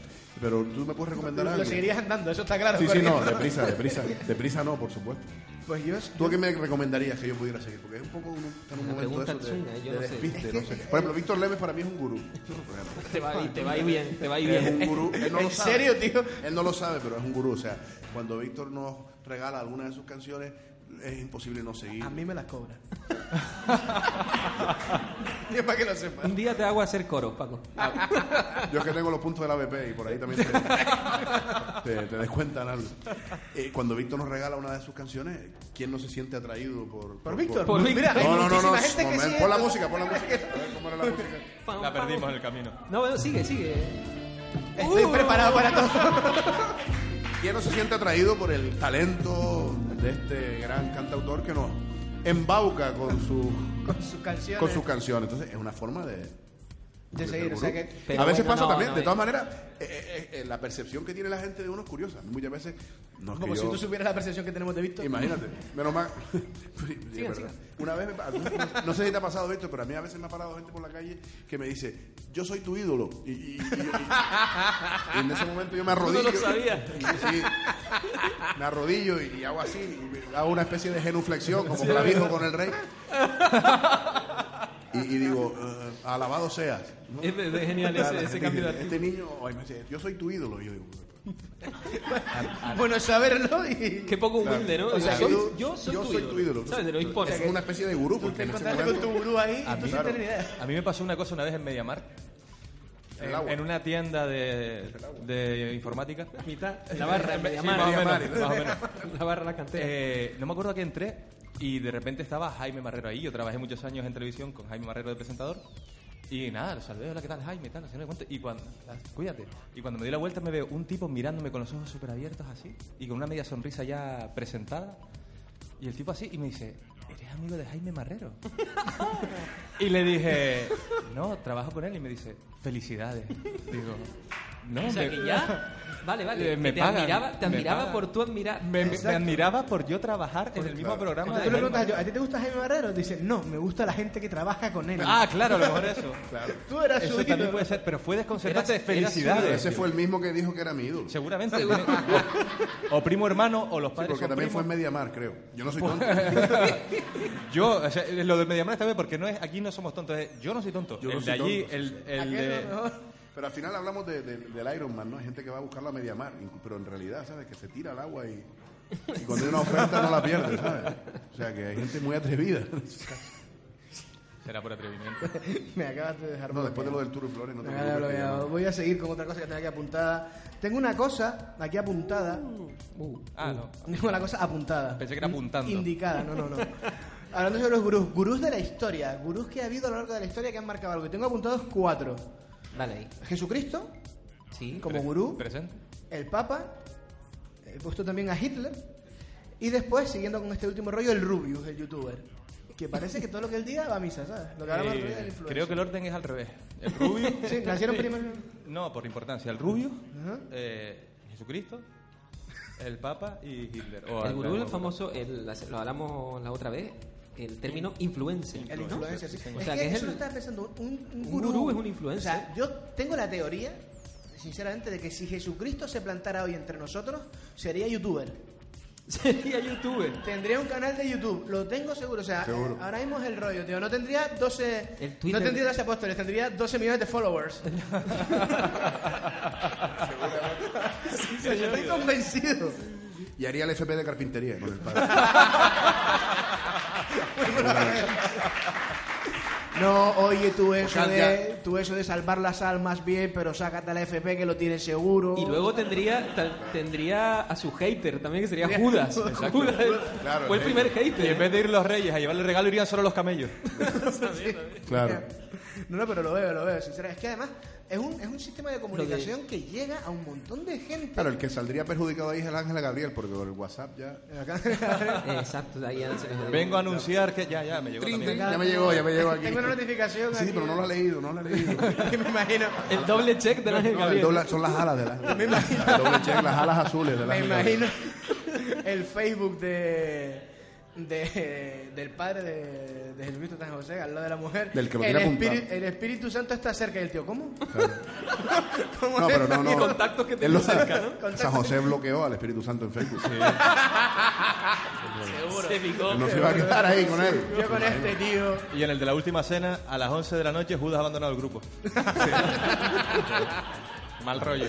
Pero tú me puedes recomendar algo.
Lo seguirías andando, eso está claro.
Sí, sí,
corriendo.
no, deprisa, deprisa. Deprisa no, por supuesto.
Pues yo...
¿Tú a qué me recomendarías que yo pudiera seguir? Porque es un poco un, está en un
Una
momento de,
pregunta
eso de-
chunga, yo
de
no sé.
despiste,
Es que-
no sé. Por ejemplo, Víctor Lemes para mí es un gurú.
Te va, a ir- te va a ir bien, te va a ir
Es un
bien.
gurú. Él no
¿En
lo sabe.
serio, tío?
Él no lo sabe, pero es un gurú. O sea, cuando Víctor nos regala alguna de sus canciones, es imposible no seguir.
A mí me las cobra. yo para que lo sepas.
Un día te hago hacer coro, Paco.
Yo es que tengo los puntos del ABP y por ahí también te, te- te descuentan algo. Eh, cuando Víctor nos regala una de sus canciones, ¿quién no se siente atraído por,
Por Víctor.
Por
Mira,
Víctor.
hay
No, no,
muchísima
no, no.
gente que
Momento,
sigue-
Pon la música, pon la música. A ver cómo era la música.
La perdimos en el camino.
No, bueno, sigue, sigue.
Estoy preparado para todo.
Cristiano se siente atraído por el talento de este gran cantautor que nos embauca con su
Con sus canciones.
con sus canciones. Entonces, es una forma de.
De seguir, o sea que-
Pero
a veces
bueno,
pasa
no,
también,
no,
de
eh.
todas maneras, eh, eh, eh, la percepción que tiene la gente de uno es curiosa. Muchas veces. No es que
Como si
yo-
tú supieras la percepción que tenemos de Víctor.
Imagínate, menos mal. Sí, es verdad. Una vez me pa- no, sé si te ha pasado esto, pero a mí a veces me ha parado gente por la calle que me dice, yo soy tu ídolo. Y, y- y- y- y en ese momento yo me arrodillo.
lo sabías.
Y- sí, me arrodillo y, y hago así, y me- hago una especie de genuflexión, como clavijo con el rey. Y, y digo, "Eh, alabado seas. ¿no?
Es, es genial
La
ese,
gente
ese cambio de
dice,
actitud.
este niño, ay, me dice, yo soy tu ídolo. Y yo digo,
Bueno, saberlo y.
Qué poco humilde, ¿no?
O sea,
soy-
yo-
yo soy,
yo
tu,
soy
ídolo.
tu ídolo.
¿Sabes? Te lo
o sea,
impones.
es una especie de gurú.
Te
Porque en ese
encontraste con
momento-
tu gurú ahí y tú sin
claro.
tener ni idea.
A mí me pasó una cosa una vez en Mediamar,
El
en,
agua.
en una tienda de, de informática.
Mitad, la barra, media
Sí,
mano.
más o menos, más o menos.
La barra, la cantera.
Eh, no me acuerdo a qué entré y de repente estaba Jaime Marrero ahí. Yo trabajé muchos años en televisión con Jaime Marrero de presentador. Y nada, lo saludé, hola, ¿qué tal, Jaime? Tal, no sé, no sé cuánto. Y cuando, ah, cuídate. Y cuando me di la vuelta me veo un tipo mirándome con los ojos súper abiertos así y con una media sonrisa ya presentada. Y el tipo así y me dice, ¿eres amigo de Jaime Marrero? y le dije, no, trabajo con él. Y me dice, felicidades. Digo, no,
o sea,
me-
que ya. Vale, vale.
Eh, me
que te
pagan,
admiraba, te
me
admiraba
pagan.
por tú admirar.
Me, me- me admiraba por yo trabajar en el mismo programa.
Entonces
de
tú le
Jaime
preguntas, ¿a ti te gusta Jaime Barrero? Dice, no, me gusta la gente que trabaja con él.
Ah, claro, a lo mejor eso.
Tú eras
Eso
su
también
ídolo.
puede ser, pero fue desconcertante.
Eras- eras
Felicidades.
Ese fue el mismo que dijo que era mi ídolo.
Seguramente. tiene- o primo hermano o los
Sí,
padres.
porque
son
también fue en
primos.
Mediamar, creo. Yo no soy tonto.
Yo, o sea, lo de Mediamar está bien porque no es, aquí no somos tontos. es- Yo no soy tonto.
Yo
el
no
de
soy
allí,
tonto.
el, el
Aquel,
de.
a lo mejor.
Pero al final hablamos de- de- del Iron Man, ¿no? Hay gente que va a buscarlo a Mediamar, inclu- pero en realidad, ¿sabes? Que se tira al agua y, y cuando hay una oferta no la pierde, ¿sabes? O sea, que hay gente muy atrevida.
Será por atrevimiento.
Me acabas de dejar
No, después de lo
bloqueado.
del Tour de Flores no te
Me acabas de
preocupes. que
bloquear.
ya no-
Voy a seguir con otra cosa que tengo aquí apuntada. Tengo una cosa aquí apuntada.
Ah, no.
Tengo una cosa apuntada.
Pensé que era
In-
apuntando.
Indicada, no, no, no. Hablando sobre los gurús, gurús de la historia, gurús que ha habido a lo largo de la historia que han marcado algo. Y tengo apuntados cuatro.
Vale, ahí.
Jesucristo,
Sí.
como gurú,
Presente.
el Papa, he puesto también a Hitler, y después, siguiendo con este último rollo, el Rubius, el youtuber. Que parece que todo lo que él diga va a misa, ¿sabes? Lo que hablamos el otro día del
Eh,
influencer.
creo que el orden es al revés. El rubio.
Sí, nacieron primero.
No, por importancia. El rubio,
Ajá.
eh, Jesucristo, el Papa y Hitler. O
El
al-
gurú,
o-
el famoso, el- lo hablamos la otra vez, el término influencer.
El
¿no?
influencer, sí.
O
Es
sea,
que
que es
eso
el-
lo estaba pensando. Un, un
un
gurú,
gurú es un
O
influencer.
sea, yo tengo la teoría, sinceramente, de que si Jesucristo se plantara hoy entre nosotros, sería youtuber.
Sería youtuber.
Tendría un canal de YouTube, lo tengo seguro. O sea,
Seguro.
eh, ahora mismo es el rollo, tío. No tendría 12.
El Twitter.
no tendría 12 apóstoles, tendría 12 millones de followers. Estoy convencido.
Y haría el FP de carpintería con el padre.
No, oye, tú eso,
Ojalá
de, tú eso de salvar las almas bien, pero sácate la FP que lo tienes seguro.
Y luego tendría, ta- tendría a su hater también, que sería Judas.
Exacto.
Judas
Claro,
fue el
el
primer
Y en
hater.
vez de ir los reyes a llevarle regalo, irían solo los camellos.
Claro.
No, no, pero lo veo, lo veo, sinceramente. Es que además es un, es un sistema de comunicación que llega a un montón de gente.
Claro, el que saldría perjudicado ahí es el Ángel Gabriel, porque con el WhatsApp ya...
Acá-
Exacto, ahí ya se me jodió.
Vengo a anunciar que. Ya, ya, me llegó también.
Ya me llegó, ya me llegó aquí.
Tengo una notificación.
Sí,
aquí.
pero no lo ha leído, no lo ha leído.
Me imagino.
El doble check de Ángel
No, el
Gabriel.
doble- son las alas de la.
Me imagino.
El doble check, las alas azules de la.
Me imagino el Facebook de, de- del padre de, de Jesucristo San José, al lado de la mujer.
Del que lo
el,
quiere apuntar.
Espíritu, el Espíritu Santo está cerca del tío. ¿Cómo? ¿Cómo
No,
es
pero no,
eso?
no.
Y contactos que
Él
tiene
lo-
cerca,
San José bloqueó al Espíritu Santo en Facebook.
Se picó.
Él no se iba a quedar ahí con él.
Yo con este tío.
Y en el de la última cena, a las 11 de la noche, Judas ha abandonado el grupo. Mal rollo.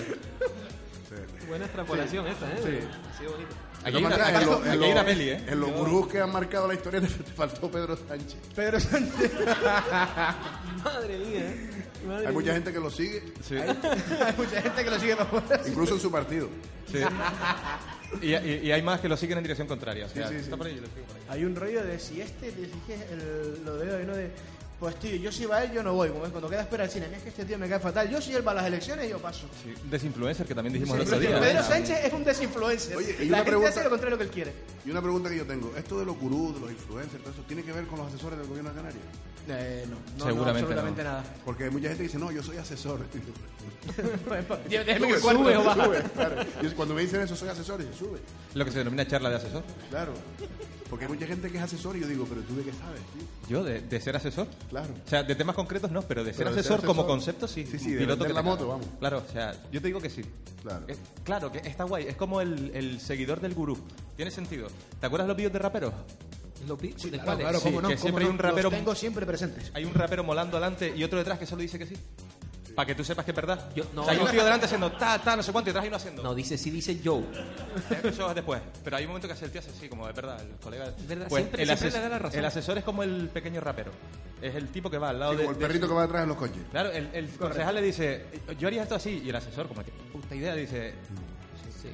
Buena extrapolación esta, ¿eh?
Sí.
Ha sido bonito.
Aquí hay una, aquí-
lo-
aquí
lo-
hay una peli, ¿eh?
en los gurús que han marcado la historia te te faltó Pedro Sánchez.
Pedro Sánchez.
Madre mía, ¿eh? Madre
Hay mucha
mía.
gente que lo sigue,
Sí.
Hay mucha gente que lo sigue para fuera.
incluso en su partido.
Sí. Y, y- y hay más que lo siguen en dirección contraria. o sea,
Sí, sí, sí.
está por ahí, yo lo sigo por ahí.
Hay un rollo de si este, de si que el- este lo de hoy, ¿no? De Pues tío, yo si va él, yo no voy. Como es cuando queda espera al cine, a mí es que este tío me cae fatal. Yo si él va a las elecciones, yo paso.
Sí, Desinfluencer, que también dijimos el
Pero
otro
tío,
día.
Pedro Sánchez es un desinfluencer.
Oye, y
la
una
gente
pregunta-
hace lo contrario que él quiere.
Y una pregunta que yo tengo, esto de los gurús, de los influencers, todo eso, ¿tiene que ver con los asesores del gobierno de Canarias?
Eh, no, no,
Seguramente
no, absolutamente
no.
nada.
Porque hay mucha gente que dice, no, yo soy asesor.
Déjame que
Sube,
cuarto.
sube, sube, claro. Y es cuando me dicen eso, soy asesor, y dice, sube,
Lo que se denomina charla de asesor.
claro. Porque hay mucha gente que es asesor y yo digo, pero tú de qué sabes, tío?
Yo, de, de ser asesor.
Claro.
O sea, de temas concretos no, pero de ser,
Pero de ser
asesor, como
asesor.
concepto sí.
Sí, sí,
Un
de
piloto
vender
que
la
te-
moto, vamos.
Claro, o sea, yo te digo que sí.
Claro.
Eh, claro, que está guay. Es como el, el seguidor del gurú. Tiene sentido. ¿Te acuerdas los vídeos de raperos?
Lo pi- ¿de
Claro,
cuál es?
claro,
Sí,
cómo no,
que
cómo
siempre
no,
hay un rapero-
Los tengo siempre presentes.
Hay un rapero molando adelante y otro detrás que solo dice que sí. Para que tú sepas que es verdad.
Yo- no,
O sea, hay
no.
un tío delante haciendo ta, ta, no sé cuánto y detrás y no haciendo.
No, dice sí, dice yo.
Eh, Eso es después. Pero hay un momento que hace el tío hace así, como de verdad, el colega. Pues
verdad, siempre- siempre le da la razón.
el asesor es como el pequeño rapero. Es el tipo que va al lado
Sí,
de-
como el
de,
perrito que va atrás en los coches.
Claro, el, el concejal le dice, yo haría esto así, y el asesor, como que puta idea, dice,
Sí.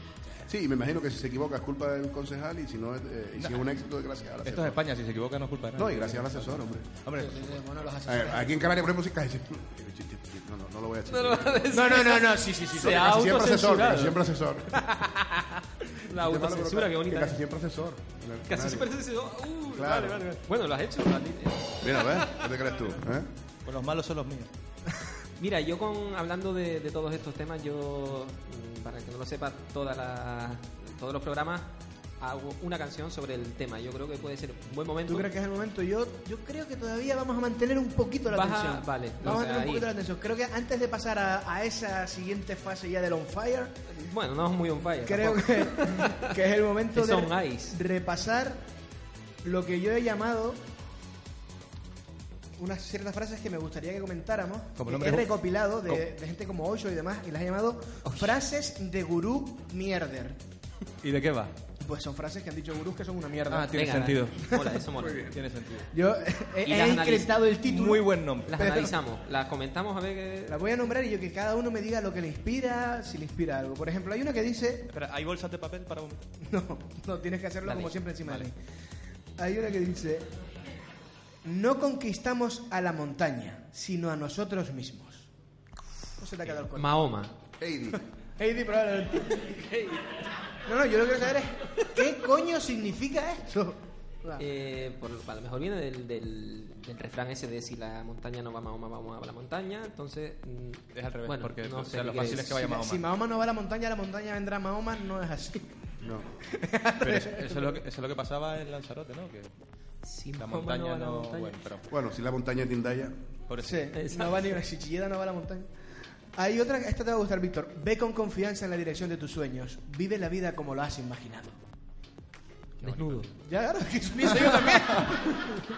Sí, y me imagino que si se equivoca es culpa del concejal y si no, es- eh, y si es un éxito es gracias al
esto es
asesor.
España, si se equivoca no es culpa de nadie.
No, y gracias al asesor, hombre.
Hombre,
Bueno, los
A ver, aquí en Canarias, por ejemplo, sí cae. No, no, no lo voy a decir.
No, no, no, no, sí, sí, sí.
Porque
ha
casi siempre asesor,
autocensurado.
casi siempre asesor.
La
Qué malo, pero
autocensura,
que
qué bonita.
Casi siempre asesor.
Casi siempre
Canario.
dice, oh, uh,
Claro.
vale, vale, vale. Bueno, lo has hecho. a ti-
Mira, ¿ves? ¿Qué te crees tú? ¿Eh?
pues los malos son los míos.
Mira, yo con hablando de, de todos estos temas, yo mm, para el que no lo sepa, todas las- todos los programas hago una canción sobre el tema. Yo creo que puede ser un buen momento.
¿Tú crees que es el momento? Yo, yo creo que todavía vamos a mantener un poquito la
Vas a-
atención.
vale,
vamos a
o sea,
mantener un
ahí.
poquito la atención. Creo que antes de pasar a, a esa siguiente fase ya del on fire,
Bueno, no es muy on fire.
creo
tampoco.
que, que es el momento
Es
de
on ice.
repasar lo que yo he llamado unas ciertas frases que me gustaría que comentáramos.
Como
que he
nombre es un-
recopilado
como-
de, de gente como Ocho y demás y las he llamado frases de gurú mierder.
¿Y de qué va?
Pues son frases que han dicho gurús que son una mierda.
Ah, tiene
Venga,
sentido.
Mola, eso mola.
Tiene sentido.
Yo he,
Y
he
las analiz-
encriptado el título.
Muy buen nombre.
Las
Pero-
analizamos, las comentamos a ver qué.
La voy a nombrar y yo que cada uno me diga lo que le inspira, si le inspira algo. Por ejemplo, hay una que dice.
Espera, ¿hay bolsas de papel para vomitar?
No, no, tienes que hacerlo
Dale.
como siempre encima de mí. Hay una que dice. No conquistamos a la montaña, sino a nosotros mismos. No se te ha quedado el cuerpo.
Mahoma.
Heidi.
Heidi, probablemente. No, no, yo lo que quiero saber es. ¿Qué coño significa esto? Va.
Eh, por, a lo mejor viene del, del, del refrán ese de si la montaña no va a Mahoma, vamos a la montaña. Entonces. mm,
Es al revés,
bueno,
porque
no
o
sé
sea,
qué
lo
quiere
fácil es que
decir.
vaya
si,
Mahoma.
si Mahoma no va a la montaña, la montaña vendrá a Mahoma, no es así.
No.
Pero eso, eso es lo que, eso es lo que pasaba en Lanzarote, ¿no? Que
Si
la
Mahoma
montaña
no va a la
no...
montaña.
Bueno, pero...
Bueno, si la montaña de Indaya.
Por
Sí,
Exacto.
no va ni una chichilleda, no va a la montaña. Hay otra, esta te va a gustar, Víctor. Ve con confianza en la dirección de tus sueños. Vive la vida como lo has imaginado.
Desnudo.
Ya, claro, que eso pienso yo también.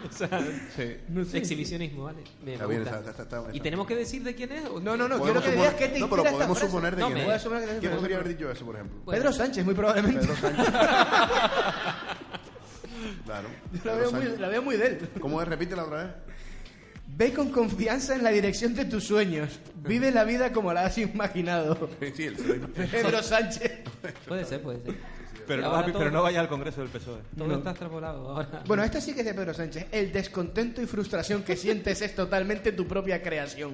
O sea,
Sí.
No sé.
Exhibicionismo, ¿vale. Me
Está
me
bien,
gusta.
está- está- está bien,
¿Y
está
tenemos que decir de quién es? o-
No, no, no, quiero
Podemos
que
suponer-
digas qué te
no,
inspira
pero
esta
podemos
frase.
suponer de
No,
quién
me-
es.
Voy a suponer que te-
¿Quién podría haber dicho eso, por ejemplo?
Bueno.
Pedro Sánchez, muy probablemente.
Pedro Sánchez. claro.
Yo la,
Pedro
veo muy,
Sánchez.
la veo muy de él.
¿Cómo es? Repítela otra vez.
Ve con confianza en la dirección de tus sueños. Vive la vida como la has imaginado.
Sí, él se lo imagina.
Pedro Sánchez.
Puede ser, puede ser.
Pero, no,
Ahora
vas a-
todo-
pero no vaya al Congreso del PSOE.
Todo está extrapolado ahora.
Bueno, esta sí que es de Pedro Sánchez. El descontento y frustración que sientes es totalmente tu propia creación.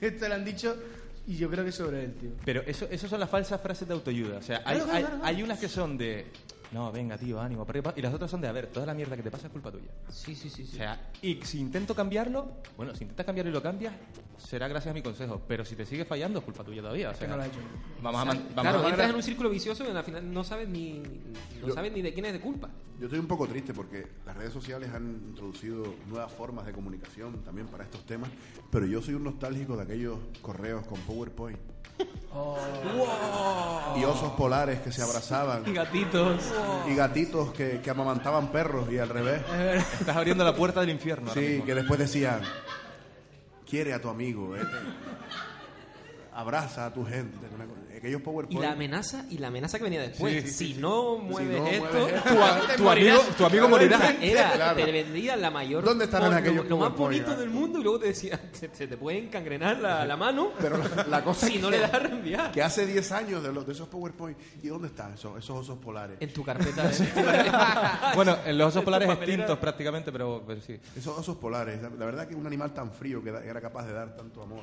Esto lo han dicho y yo creo que es sobre él, tío.
Pero eso, eso son las falsas frases de autoayuda. O sea, hay,
Claro, claro,
hay-
claro, claro.
hay unas que son de. No, venga, tío, ánimo. para arriba", Y las otras son de, a ver, toda la mierda que te pasa es culpa tuya.
Sí, sí, sí.
O
sí.
sea, y si intento cambiarlo, bueno, si intentas cambiarlo y lo cambias, será gracias a mi consejo. Pero si te sigue fallando, es culpa tuya todavía. O sea,
no lo ha hecho.
vamos a, man- vamos
claro,
a
entras
mantener-
en un círculo vicioso y al final no sabes ni, no
Yo-
sabes ni de quién es de culpa.
Yo estoy un poco triste porque las redes sociales han introducido nuevas formas de comunicación también para estos temas, pero yo soy un nostálgico de aquellos correos con PowerPoint.
Oh.
Y osos polares que se abrazaban
Gatitos.
y gatitos que, que amamantaban perros y al revés.
Estás abriendo la puerta del infierno. ahora
Sí,
mismo.
que después decían, quiere a tu amigo. eh". abraza a tu gente. una cosa- Aquellos
Y
PowerPoint.
la amenaza, y la amenaza que venía después.
Sí, sí,
si,
sí, sí.
no
Si
mueves
no
esto,
mueves esto,
tú
a-
te
tu
morirás.
amigo- tu amigo morirá.
Era,
Claro.
te vendía la mayor.
¿Dónde estarán
lo-
aquellos
Lo más
PowerPoint?
bonito del mundo y luego te decía, se te, te puede encangrenar la, la mano
Pero la, la cosa
si
es
no
que,
le das a reenviar.
que hace 10 años de, los, de esos PowerPoint. ¿Y dónde están esos, esos osos polares?
En tu carpeta. de-
Bueno, en los osos polares
papelera.
extintos prácticamente, pero, pero sí.
Esos osos polares. La la verdad que un animal tan frío que da- que era capaz de dar tanto amor.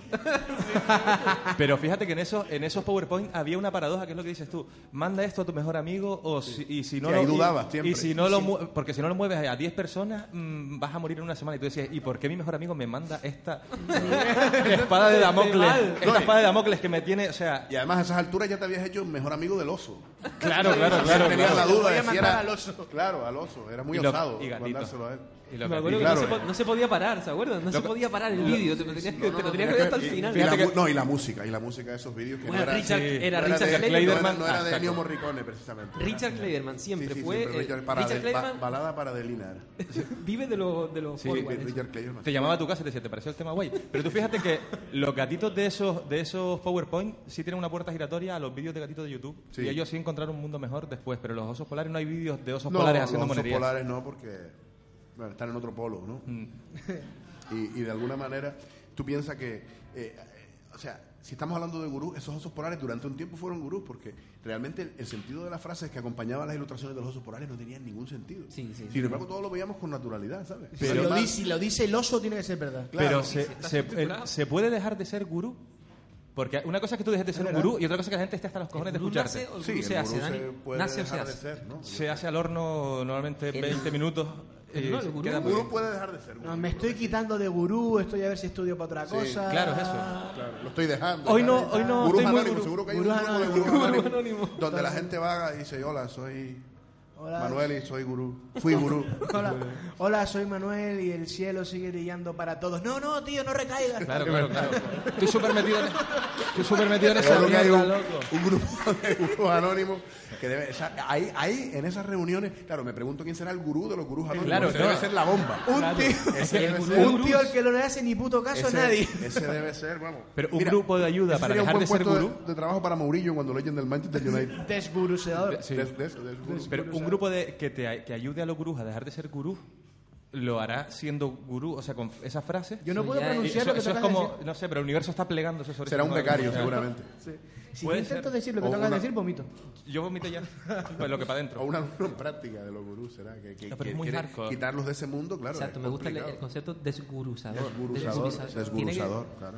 Pero fíjate que en esos, en esos PowerPoint había una paradoja, que es lo que dices tú. Manda esto a tu mejor amigo o si, y si no
Que
lo,
ahí
y-
dudabas
y
siempre.
si no lo mu- porque si no lo mueves a 10 personas mm, vas a morir en una semana y tú decías, ¿y por qué mi mejor amigo me manda esta espada de Damocles?
mal.
No,
Esta
y-
espada de Damocles que me tiene, o sea,
Y además a esas alturas ya te habías hecho mejor amigo del oso.
claro, claro,
Siempre
claro.
tenías
claro.
la duda
Voy a
de si
mandar
era
al oso.
Claro, al oso. Era muy
Y lo-
osado
y gatito.
mandárselo a él.
Y lo
Me
que-
acuerdo que
claro,
no, se po-
eh.
no se podía parar, ¿se acuerdan? No se podía parar el vídeo, te lo tenías que, te lo tenías que ver hasta el final.
Y la
Fíjate
mu-
que-
no, y la música, y la música de esos vídeos que
Bueno,
no era,
Richard- era
no
Richard
de-
Clayderman
No era, no era
hasta
de Ennio
que-
Morricone, precisamente. era-
Richard Clayderman
Sí, sí,
siempre
siempre
fue. eh,
Richard, para
Richard
de- ba-
Clayderman
balada para Delina era.
vive de los de los
Sí,
forwards.
Richard Clayderman.
Te llamaba a tu casa y te decía, ¿te pareció el tema guay? Pero tú fíjate que los gatitos de esos, de esos PowerPoint sí tienen una puerta giratoria a los vídeos de gatitos de YouTube.
Sí.
Y ellos sí encontraron un mundo mejor después. Pero los osos polares no hay vídeos de osos
No,
polares
los
haciendo
osos
monerías.
polares no, porque bueno, están en otro polo, ¿no?
Mm.
Y, y de alguna manera, tú piensas que, eh, eh, o sea, si estamos hablando de gurús, esos osos polares durante un tiempo fueron gurús, porque realmente el, el sentido de las frases que acompañaban las ilustraciones de los osos polares no tenían ningún sentido.
Sí, sí, sí.
Sin embargo, todos lo veíamos con naturalidad, ¿sabes?
Si lo, dice, si lo dice el oso, tiene que ser verdad.
Pero se, se- el- ¿se puede dejar de ser gurú? Porque una cosa es que tú dejes de ser un gurú y otra cosa es que la gente esté hasta los cojones de
¿Gurú
escucharte.
nace o el
Sí,
gurú
el
se hace,
gurú
Dani?
se puede
¿Nace o se
dejar de
hace?
ser, ¿no?
Se hace al horno normalmente 20 minutos. y
no, el gurú-
queda
El
muy
gurú
bien.
puede dejar de ser.
No, me estoy quitando de gurú, estoy a ver si estudio para otra cosa.
claro, es eso.
Claro, lo estoy dejando.
Hoy
ya,
no-
ya.
hoy no
Gurús
estoy muy
anónimos,
gurú.
seguro que hay
Gurús
un grupo de
anónimos.
gurús anónimos,
Gurú anónimo.
Donde la gente vaga y dice, hola, soy
Hola.
Manuel y soy gurú. Fui gurú.
Hola, hola, soy Manuel y el cielo sigue brillando para todos. No, no, tío, no recaigas.
Claro, claro, claro. Estoy súper metido en, estoy súper metido en esa
Seguro que hay
mierda,
un,
loco.
un grupo de gurús anónimos que debe... o sea, ahí, ahí, en esas reuniones, claro, me pregunto quién será el gurú de los gurús anónimos.
Claro,
Ese
no.
debe ser la bomba.
Un
Claro.
tío,
Ese
El
debe
gurú
ser-
un tío al que no le hace ni puto caso
ese-
a nadie.
Ese debe ser, vamos.
Pero un
Mira,
grupo de ayuda
ese
para
sería un
dejar
buen
de ser
puesto
gurú.
De, de trabajo para Mourinho cuando lo echen del Manchester United.
Desguruseador.
Sí.
Des- des- desgurú.
Pero un grupo de, que te que ayude a los gurús a dejar de ser gurú lo hará siendo gurú, o sea, con esa frase.
Yo no
Sí,
puedo
ya,
pronunciar
eso
lo que
eso es
tengas que
como,
decir.
no sé, pero el universo está plegándose sobre
Será
ese
un
tema de
becario,
gurú.
seguramente.
Si yo
puede
intento
ser.
decir lo que
O
tengas que
una-
decir, vomito.
Yo vomité ya, pues lo que para adentro.
O una alumno en práctica de los gurús, ¿será? Que, que,
No, pero es
que
muy
quiere
hardcore.
quitarlos de ese mundo, claro.
Exacto,
es
me gusta el, el
complicado.
concepto desguruzador.
Desgurusador,
Tiene que-
desgurusador, claro.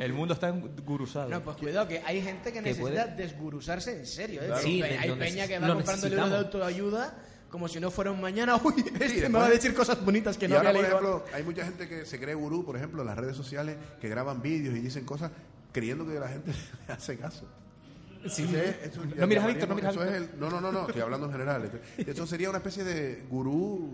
El mundo está engurusado.
No, pues cuidado, que hay gente que
Que
necesita
puede-
desguruzarse en serio. ¿eh?
Claro. Sí,
hay hay
lo
peña
neces-
que va
lo
comprando libros de
necesitamos.
autoayuda como si no fuera un mañana. Uy, este me
después-
va a decir cosas bonitas que
Y
no había
ahora, por
leído.
ejemplo, hay mucha gente que se cree gurú, por ejemplo, en las redes sociales, que graban vídeos y dicen cosas creyendo que la gente le hace caso.
Sí,
Entonces, eso ya
No mires a
llamaríamos-
Víctor, no mires a
eso es el- no, no, no, no, estoy hablando en general. Esto sería una especie de gurú,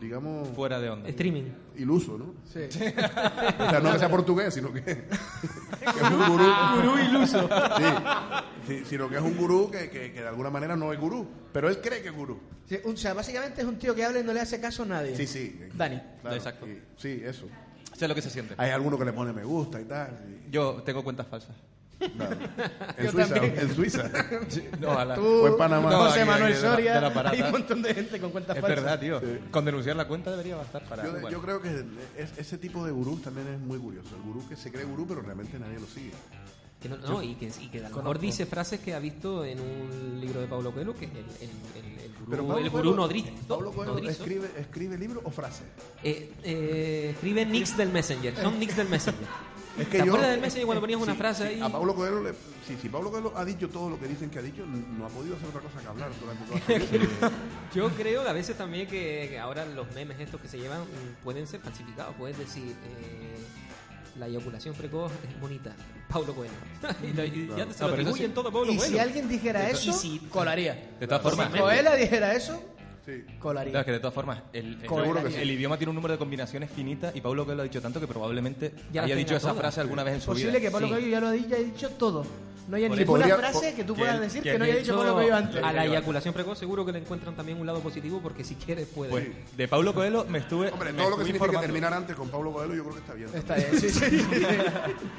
digamos,
Fuera de onda.
Streaming.
iluso, ¿no?
Sí.
O sea, no que sea portugués, sino que, que es un gurú.
Gurú iluso.
Sí, sí, sino que es un gurú que, que- que de alguna manera no es gurú, pero él cree que es gurú.
Sí, un- o sea, básicamente es un tío que habla y no le hace caso a nadie.
Sí, sí.
Dani.
Claro,
Exacto.
y- sí, eso.
Sé lo que se siente.
Hay alguno que le pone me gusta y tal.
Yo tengo cuentas falsas.
y- claro. En
Yo
Suiza,
también.
en Suiza.
No, a la-
Tú,
O en Panamá.
No,
José
aquí,
Manuel
de la-
Soria.
de la parada.
hay un montón de gente con cuentas
Es
falsas.
verdad, tío. Con denunciar la cuenta debería bastar para...
Yo,
bueno.
yo creo que es- ese tipo de gurús también es muy curioso. El gurú que se cree gurú, pero realmente nadie lo sigue.
Que no, no, y, que, y que a lo mejor dice frases que ha visto en un libro de Pablo Coelho, que es el, el, el, el gurú,
Pero Pablo
el
Coelho-
gurú nodriz-
Pablo Coelho
nodrizo.
escribe, escribe libro o frase.
Eh, eh, escribe Nix del Messenger, son Nix del Messenger. ¿Te
yo-
acuerdas del Messenger cuando ponías una
Sí,
frase
sí,
ahí?
A Pablo Coelho, le- sí, si Pablo Coelho ha dicho todo lo que dicen que ha dicho, n- no ha podido hacer otra cosa que hablar durante toda su vida.
Yo creo que a veces también que, que ahora los memes estos que se llevan mm, pueden ser falsificados. Puedes decir, eh, la eyaculación precoz es bonita, Pablo Coelho. y lo- y ya se lo
No, pero eso
atribuyen
sí.
todo a Pablo
Y
Coelho.
si alguien dijera eso,
y si-
colaría.
De todas formas...
Si Coela dijera eso,
Sí.
Colarín.
Claro, es que de todas formas, el, el-
Seguro
que sí.
el idioma tiene un número de combinaciones finitas y Pablo que lo ha dicho tanto que probablemente
Ya las
haya
tenga
dicho esa
todas.
frase alguna vez en
Es
su
posible
vida.
que Pablo
sí.
Coelho ya lo ha dicho, ya ha dicho todo. No haya
Por
ninguna
eso-
podría-
frase
po-
que tú
que
puedas
el-
decir
que
que no
el
haya dicho
Eso,
Pablo Coelho antes.
A la
Coelho.
eyaculación precoz seguro que le encuentran también un lado positivo porque si quiere puede.
Pues,
De Pablo Coelho me estuve.
Hombre,
me
todo lo que
estuve
significa
informando.
terminar antes con Pablo Coelho yo creo que está bien.
Está bien, sí, sí, sí.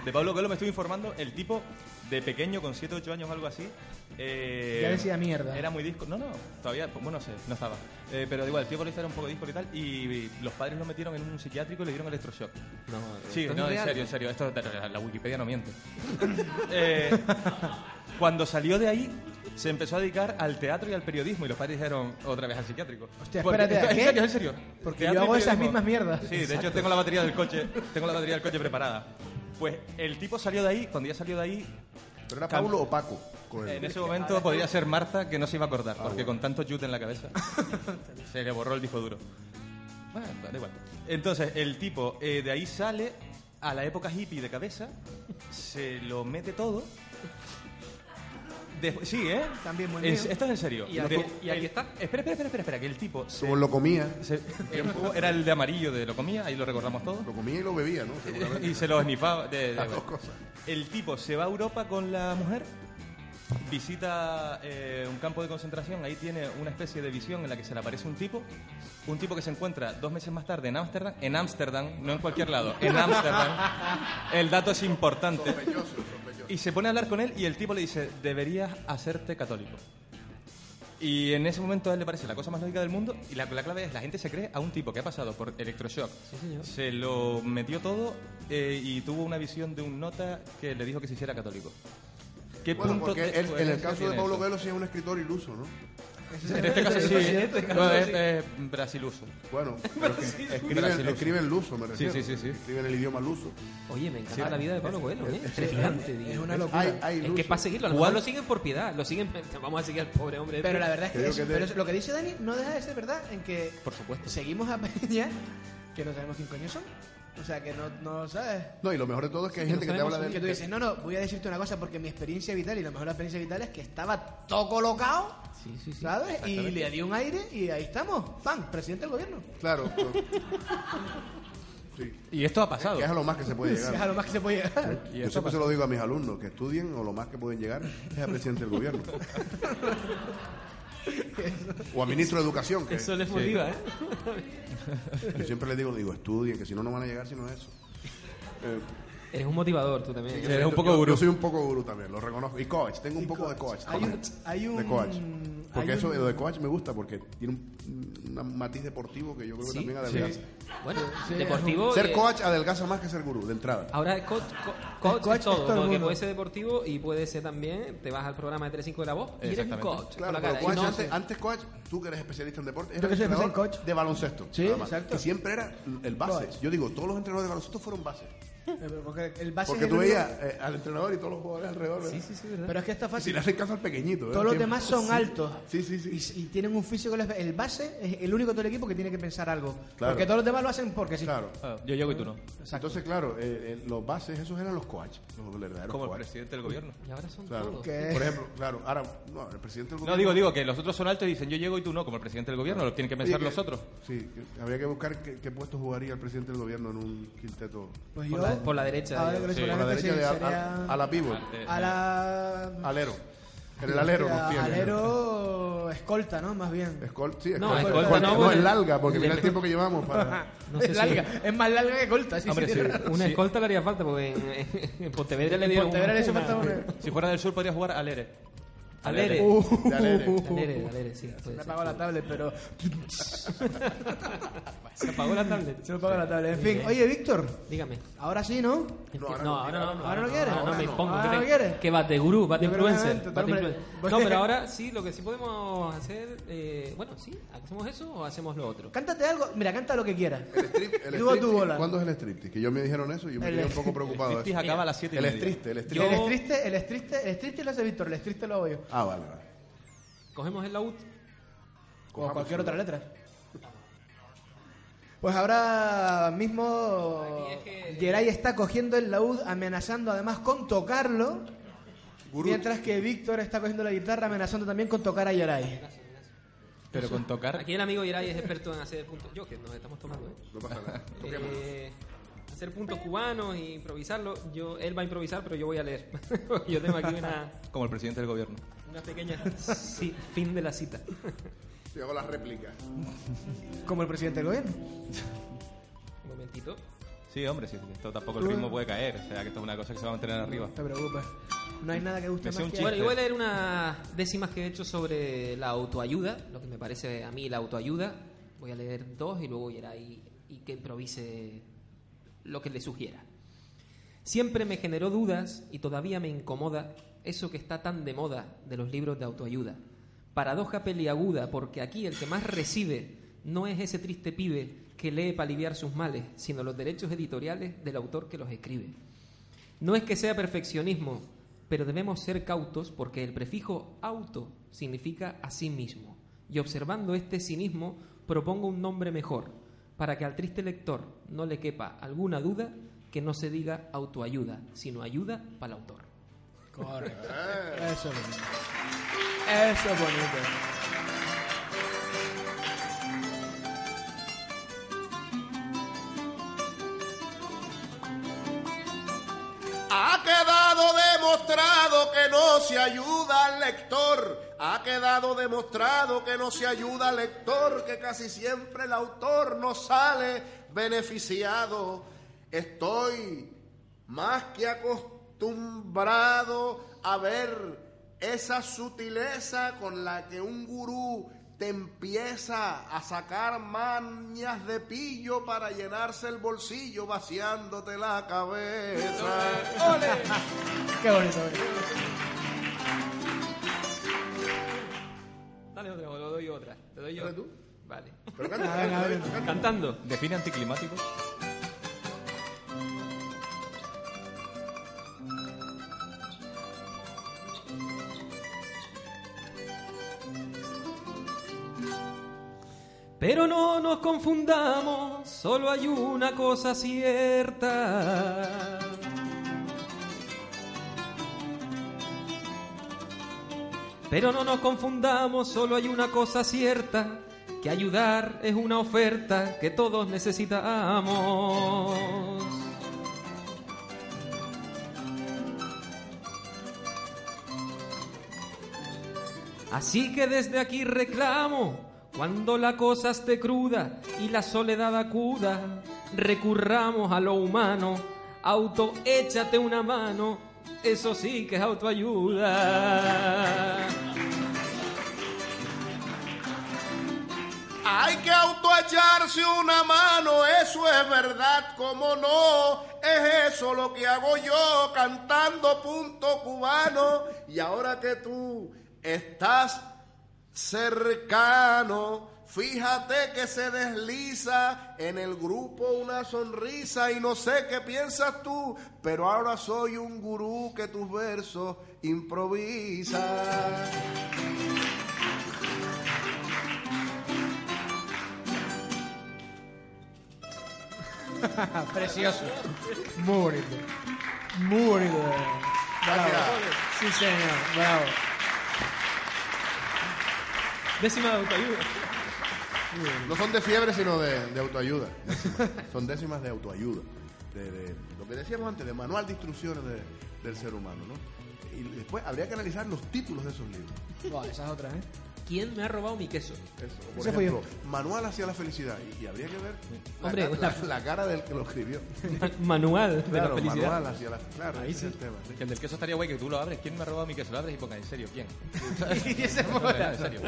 De Pablo Coelho me estuve informando. El tipo de pequeño, con 7, 8 años o algo así. eh,
Ya decía mierda.
Era muy disco. No, no, todavía, pues, bueno, no sé, no estaba. Eh, pero igual, el tío Coelho era un poco disco y tal. Y, y los padres lo metieron en un psiquiátrico y le dieron electroshock.
No,
Sí,
esto es
no, en
real.
serio, en serio. Esto, la, la Wikipedia no miente. Eh, cuando salió de ahí, se empezó a dedicar al teatro y al periodismo. Y los padres dijeron otra vez al psiquiátrico.
Hostia,
Porque-
espérate, ¿a
en
qué?
serio, en serio.
Porque
Teatro
yo
y
hago esas
periodismo.
mismas mierdas.
Sí, de hecho tengo la batería del coche, tengo la batería del coche preparada. Pues el tipo salió de ahí, cuando ya salió de ahí,
¿Pero era
Cam- Eh,
Pablo o Paco? Coelho?
en ese momento podía ser Marta que no se iba a acordar, porque con tanto yute en la cabeza se le borró el disco duro. Bueno, da igual. Entonces, el tipo eh, de ahí sale a la época hippie de cabeza, se lo mete todo. Después- sí, ¿eh?
También muy
En-
mío.
Esto es en serio.
Y aquí-
De-
y aquí
el-
está.
Espera, espera, espera, espera, que el tipo se-
Como lo comía,
se- era el de amarillo de lo comía, ahí lo recordamos todos.
lo comía y lo bebía, ¿no? Seguramente.
y se lo esnifaba. De, de-
Las dos cosas.
el tipo se va a Europa con la mujer, visita eh, un campo de concentración, ahí tiene una especie de visión en la que se le aparece un tipo, un tipo que se encuentra dos meses más tarde en Ámsterdam, en Ámsterdam, no en cualquier lado, en Ámsterdam. El dato es importante. Y se pone a hablar con él y el tipo le dice, deberías hacerte católico. Y en ese momento a él le parece la cosa más lógica del mundo y la, la clave es, la gente se cree a un tipo que ha pasado por electroshock. Se lo metió todo eh, y tuvo una visión de un nota que le dijo que se hiciera católico. ¿Qué
Bueno,
punto
porque
de
él- en el
coherencia
caso de
tiene
Pablo
eso?
Coelho sí es un escritor iluso, ¿no?
En este caso sí,
En este caso
Bueno, es,
sí.
es brasiluso.
Bueno, pero que escriben,
Brasiluso.
escriben luso, me refiero.
sí, sí, sí.
Escriben el idioma luso.
Oye, me encanta la vida de Pablo Coelho, ¿eh? Impresionante,
Es
digo.
una locura.
Hay, hay
Es
luso.
que es para seguirlo, a lo mejor
¿Cuál?
lo siguen por piedad, lo siguen, vamos a seguir al pobre hombre.
Pero la verdad es que,
Creo
es-
que te-
pero es- lo que dice Dani no deja de ser verdad en que
Por supuesto.
seguimos a Peña que no sabemos quién coño son. O sea, que no, no sabes.
No, y lo mejor de todo es que hay gente
no
que te habla
sabemos
de
Que tú dices, no, no, voy a decirte una cosa porque mi experiencia vital y la mejor experiencia vital es que estaba todo colocado,
Sí, sí, sí.
¿sabes? Y le di un aire y ahí estamos. ¡Pam! Presidente del gobierno.
Claro. pero- Sí.
Y esto ha pasado.
Que es a lo más que se puede
Es a
llegar.
lo más que se puede llegar.
Y
Yo
esto ha
siempre se lo digo a mis alumnos, que estudien o lo más que pueden llegar es a presidente del gobierno. o a ministro de educación, que
Eso les motiva, ¿eh?
yo siempre les digo, digo, estudien, que si no, no van a llegar sino a eso. Eh,
Eres un motivador tú también.
Eres un
yo-
poco
yo-
gurú.
Yo soy un poco gurú también, lo reconozco. Y coach, tengo un poco de coach.
Hay un-
también.
hay un-
de coach. Porque
hay
eso
un-
lo de coach me gusta, porque tiene un, un matiz deportivo que yo creo que también adelgaza.
Bueno,
Sí,
deportivo.
Ser
eh,
coach adelgaza más que ser gurú, de entrada.
Ahora es coach, co- coach
coach
es
es
todo,
todo el
porque
mundo.
puede ser deportivo y puede ser también, te vas al programa de 3-5 de la voz y eres un
Exactamente.
coach.
Claro,
con la
pero
cara.
coach
No,
antes, antes coach, tú que eres especialista en deporte, eres
Yo que soy
entrenador
especial coach.
de baloncesto.
Sí,
nada más.
exacto.
Y siempre era el base.
Coach.
Yo digo, todos los entrenadores de baloncesto fueron bases.
Eh, Porque el base
Porque
es
tú
el único-
veías eh, al entrenador y todos los jugadores alrededor.
Sí,
¿verdad?
sí, sí, verdad.
Pero es que está
Y Si
fácil.
le hacen caso al pequeñito. ¿eh?
Todos los
Siempre.
demás son
Sí.
altos.
Sí, sí, sí.
Y, y tienen un físico. El base es el único todo el equipo que tiene que pensar algo.
Claro.
Porque todos los demás lo hacen porque sí.
Claro.
Ah, Yo llego y tú no.
Exacto.
Entonces, claro, eh, eh, los bases, esos eran los coach, los verdaderos
Como el
coach.
presidente del gobierno.
Y ahora son
Claro.
todos.
¿Qué?
Por ejemplo, claro, ahora, no, el presidente del
No,
gobierno.
digo, digo, que los otros son altos y dicen yo llego y tú no, como el presidente del gobierno, lo tienen que pensar
Oye,
los
que-
otros.
Sí, que habría que buscar qué, qué puesto jugaría el presidente del gobierno en un quinteto.
Pues
Por
yo-
la- por la derecha,
ahora
digo.
que lo
Sí.
hice con
Por la
la gente,
derecha de a,
sería-
a- a la pívot.
Al- eh,
a la-
Alero. En el alero nos tiene.
Alero escolta, ¿no? Más bien.
Escol- sí,
No,
escolta.
escolta
Porque-
no,
no,
porque-
es larga, porque mira
le-
el tiempo que llevamos para.
No sé
es,
si-
larga. es más larga que escolta, sí,
Hombre,
sí.
sí.
Una
Sí.
escolta le haría falta porque en, en Pontevedra le
En
dieron.
Pontevedra
un-
le hizo
una-
falta una- Uh.
Si fuera del sur podría jugar al Ere.
Al Ere.
De alere.
Al Ere, al Ere, sí. puede
Se me
ser.
apagó la tablet, pero.
Se apagó la tablet.
Se me apagó la tablet. En fin, oye, Víctor,
Dígame.
ahora sí, ¿no?
No, ahora no, ahora no.
Ahora no quieres.
Ahora no me
Ahora
impongo.
no.
que
Ahora
te-
no quieres.
Que bate gurú, bate
Yo creo que
influencer.
no,
bate
hombre.
influencer. No, pero ahora sí, lo que sí podemos hacer. eh, bueno, sí, ¿hacemos eso o hacemos lo otro?
Cántate algo. Mira, canta lo que quieras.
El strip,
Y
el
tú a tu
striptease,
bola.
¿Cuándo es el striptease? Que yo me dijeron eso y yo me
El-
quedé un poco preocupado. de
Striptease
eso.
acaba a las 7 y
El
media.
striptease, el
Yo-
striptease.
El estriste, el estriste, el estriste lo hace Víctor, el estriste lo hago yo.
Ah, vale, vale.
Cogemos el laúd.
O cualquier otra letra. Pues ahora mismo
Aquí es que-
Geray está cogiendo el laúd, amenazando además con tocarlo,
Gurú.
mientras que Víctor está cogiendo la guitarra, amenazando también con tocar a Geray.
Pero con tocar.
Aquí el amigo Irai es experto en hacer puntos. Yo, que nos estamos tomando, ¿eh?
No pasa nada. Toquemos.
Eh, hacer puntos cubanos e improvisarlo. Yo, él va a improvisar, pero yo voy a leer. yo tengo aquí una,
Como el presidente del gobierno.
una pequeña sí, fin de la cita.
Yo hago las réplicas.
Como el presidente del gobierno.
Un momentito.
Sí, hombre, sí, esto tampoco el ritmo puede caer. O sea, que esto es una cosa que se va a mantener arriba.
No te preocupes. No hay nada que guste
Me sé
más
un
que...
chiste.
Bueno, yo voy a leer unas décimas que he hecho sobre la autoayuda, lo que me parece a mí la autoayuda. Voy a leer dos y luego irá ahí y que improvise lo que le sugiera. Siempre me generó dudas y todavía me incomoda eso que está tan de moda de los libros de autoayuda. Paradoja peliaguda, porque aquí el que más recibe no es ese triste pibe que lee para aliviar sus males, sino los derechos editoriales del autor que los escribe. No es que sea perfeccionismo, pero debemos ser cautos porque el prefijo auto significa a sí mismo. Y observando este cinismo, propongo un nombre mejor, para que al triste lector no le quepa alguna duda que no se diga autoayuda, sino ayuda para el autor.
Correcto. Eso es bonito. Eso es bonito.
Ha quedado demostrado que no se ayuda al lector. Ha quedado demostrado que no se ayuda al lector, que casi siempre el autor no sale beneficiado. Estoy más que acostumbrado a ver esa sutileza con la que un gurú te empieza a sacar mañas de pillo para llenarse el bolsillo vaciándote la cabeza.
Qué bonito. eh. bonito.
Dale otra, o lo doy otra. ¿Te doy yo?
Dale tú.
Vale.
Pero canta,
A ver, a
canta,
ver.
canta, canta.
Cantando.
Define anticlimático.
Pero no nos confundamos, solo hay una cosa cierta. Pero no nos confundamos, solo hay una cosa cierta, que ayudar es una oferta que todos necesitamos. Así que desde aquí reclamo, cuando la cosa esté cruda y la soledad acuda, recurramos a lo humano, auto échate una mano, eso sí que es autoayuda.
Hay que autoecharse una mano, eso es verdad, como no. Es eso lo que hago yo cantando punto cubano. Y ahora que tú estás cercano, fíjate que se desliza en el grupo una sonrisa y no sé qué piensas tú, pero ahora soy un gurú que tus versos improvisa.
Precioso. Muy bonito. Muy bonito. de verdad. Bravo. Sí, señor. Bravo.
Décima de autoayuda.
No son de fiebre, sino de, de autoayuda. Décimas. son décimas de autoayuda. De, de- lo que decíamos antes, de manual de instrucciones de- del ser humano, ¿no? Y después habría que analizar los títulos de esos libros.
Buah, esa es otra, ¿eh?
¿Quién me ha robado mi queso?
Eso. O, Por
Ese fui
ejemplo, Manual hacia la felicidad. Y, y habría que ver la,
Hombre,
cara- la- la cara del que lo escribió.
Manual de la
Claro,
felicidad.
Manual hacia la Claro, ese es el tema. ¿sí?
Que el del queso estaría guay que tú lo abres. ¿Quién me ha robado mi queso? Lo abres y ponga, ¿en serio? ¿Quién?
y ese
No, no, en serio.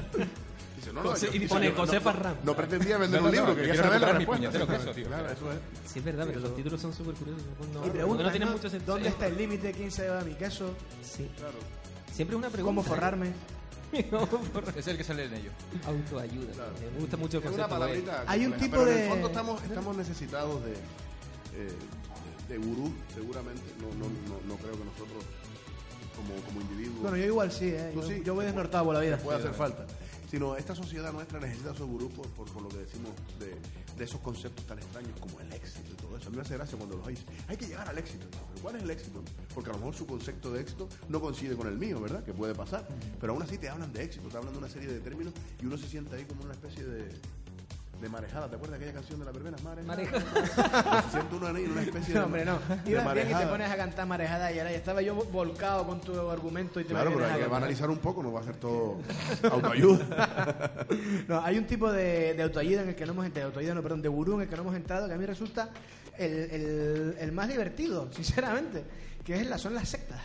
Dice, no, no, yo-
y
dice,
pone
yo no-
José
no-
Farrán.
No pretendía vender
No, no,
un libro,
no, que
quería
quiero
saber la
recuperar mi
respuesta.
puñetero queso, tío.
Claro, eso es.
Sí, es verdad, pero los títulos son súper curiosos. No,
Y pregunta,
no tienen
¿no?
mucho sentido.
¿Dónde está el límite? ¿Quién se lleva mi queso?
Sí. Siempre es una pregunta.
¿Cómo forrarme?
¿Cómo forrar?
Es el que sale en ello.
Autoayuda.
Claro.
Me gusta mucho el
Es
concepto.
una
güey.
palabrita.
Hay un
compleja,
tipo
pero En
de-
el fondo estamos, estamos necesitados de, eh, de, de gurú, seguramente. No, no, no, no creo que nosotros, como, como individuos,
Bueno, yo igual sí, ¿eh?
Tú
Yo,
sí.
yo voy desnortado por la vida.
pueda hacer falta. sino esta sociedad nuestra necesita esos grupos por, por lo que decimos de, de esos conceptos tan extraños como el éxito y todo eso. A mí me hace gracia cuando los hay. Hay que llegar al éxito. ¿no? ¿Pero ¿Cuál es el éxito? Porque a lo mejor su concepto de éxito no coincide con el mío, ¿verdad? Que puede pasar. Pero aún así te hablan de éxito, te hablan de una serie de términos y uno se siente ahí como una especie de, de marejada. ¿Te acuerdas de aquella canción de la verbena? Marejada. Se siente uno ahí en una especie de.
No, hombre, no.
de
Ibas bien y te
marejada.
pones a cantar marejada y ahora ya estaba yo volcado con tu argumento y te
Claro,
me
pero
vienes
hay que
a cantar.
banalizar un poco, no va a ser todo autoayuda.
No, hay un tipo de, de autoayuda en el que no hemos entrado, autoayuda no, perdón, de gurú en el que no hemos entrado que a mí resulta el, el- el más divertido, sinceramente, que es la, son las sectas.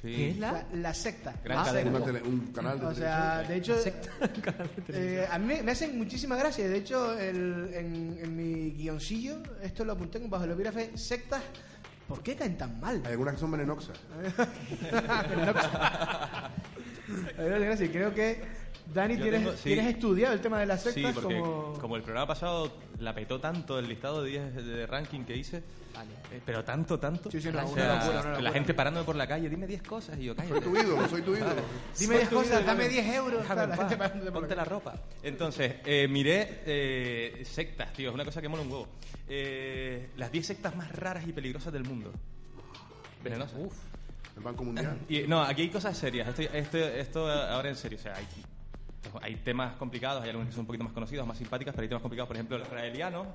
Sí.
¿Qué es
O
la-
sea, las sectas.
Gran
Ah,
cadena.
Una
sectas.
tele- un canal de
O sea, de hecho, eh, a mí me- me hacen muchísima gracia. De hecho, el- en, en mi guioncillo, esto lo apunté con bajo el epígrafe, sectas, ¿por qué caen tan mal?
Hay algunas que son venenoxas.
Pero, gracias, creo que, Dani,
Yo
tienes,
tengo- sí.
tienes estudiado el tema de las
Sí,
sectas
porque
como...
como... el programa pasado la petó tanto el listado de 10 de ranking que hice, eh, pero tanto, tanto.
Sí, sí, no,
O
una
sea,
locura, una locura.
la gente parándome por la calle, dime 10 cosas y yo
Soy
cállate.
tu ídolo, soy tu ídolo.
Dime 10
Soy tu
cosas,
ídolo.
dame 10 euros.
Déjame
tal,
en
la
paz.
gente pagándote por
Ponte la ropa. Entonces, eh, miré eh, sectas, tío, es una cosa que mola un huevo. Eh, las 10 sectas más raras y peligrosas del mundo. Venenosas. Uf.
El Banco Mundial.
Y, no, aquí hay cosas serias. Esto, esto, esto ahora en serio. O sea, hay, hay temas complicados, hay algunos que son un poquito más conocidos, más simpáticas, pero hay temas complicados. Por ejemplo, los raelianos.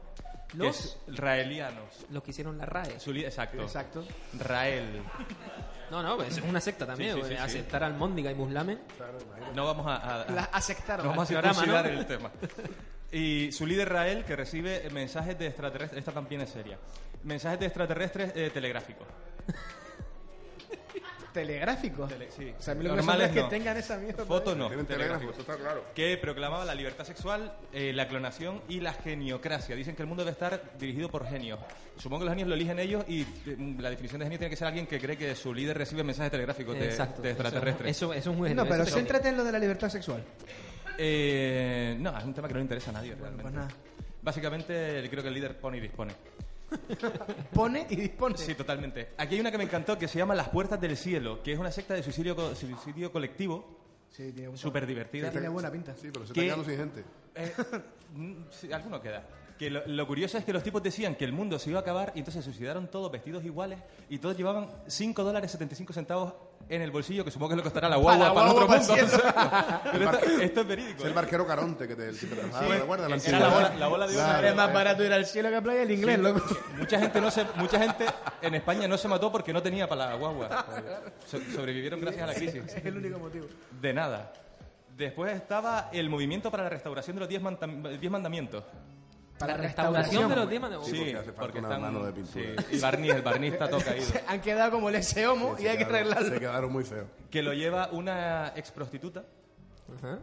que
Los-
es- raelianos.
Los que hicieron la RAE.
Su li- exacto.
Exacto.
Rael.
No, no, pues es una secta también.
Sí, sí,
pues,
sí, sí.
aceptar almóndiga y muslamen.
No vamos a... a- a-
Las aceptaron.
no vamos a
programa,
considerar
¿no?
el tema. Y su líder Rael, que recibe mensajes de extraterrestres... Esta también es seria. Mensajes de extraterrestres eh, telegráficos.
Telegráficos.
Tele- sí.
O sea, a mí lo que me asombra
Normales
es que
no.
tengan esa mierda.
Foto no.
Tienen
telegráficos.
telégrafo, eso está claro.
que proclamaba la libertad sexual, eh, la clonación y la geniocracia. Dicen que el mundo debe estar dirigido por genios. Supongo que los genios lo eligen ellos y eh, la definición de genio tiene que ser alguien que cree que su líder recibe mensajes telegráficos de,
Exacto.
de extraterrestres.
Eso, eso es un
No,
ejemplo,
pero
eso te-
céntrate en lo de la libertad sexual.
Eh, no, es un tema que no le interesa a nadie realmente.
pues nada.
Básicamente creo que el líder pone y dispone.
Pone y dispone.
Sí, totalmente. Aquí hay una que me encantó que se llama Las Puertas del Cielo, que es una secta de suicidio, co- suicidio colectivo
Sí, tiene un-
súper divertida.
Tiene buena pinta.
Sí, pero se
¿Qué?
está quedando sin gente.
Eh, mm, sí, alguno queda. Que lo, lo curioso es que los tipos decían que el mundo se iba a acabar y entonces se suicidaron todos vestidos iguales y todos llevaban 5 dólares 75 centavos en el bolsillo, que supongo que le costará la guagua
la
para,
guagua,
otro
pa'
mundo.
siempre.
Pero esto, esto es verídico.
Es el
¿eh?
barquero Caronte que te, que te trasladaba, ¿te acuerdas?
Era
antigua.
la bola- la bola de oro. Eh,
Claro,
Es más
eh.
barato ir al cielo que a playa el inglés, loco.
Mucha gente, no se, mucha gente en España no se mató porque no tenía para la guagua. So- sobrevivieron gracias a la crisis.
Es el único motivo.
De nada. Después estaba el movimiento para la restauración de los 10 mandam- 10 mandamientos.
Para la restauración de los temas.
Sí, porque hace falta una mano de pintura.
sí, y barniz, el barniz está todo caído.
Han quedado como el homo
Se
y hay que
quedaron-
arreglarlo.
Se quedaron muy feos.
Que lo lleva una ex prostituta.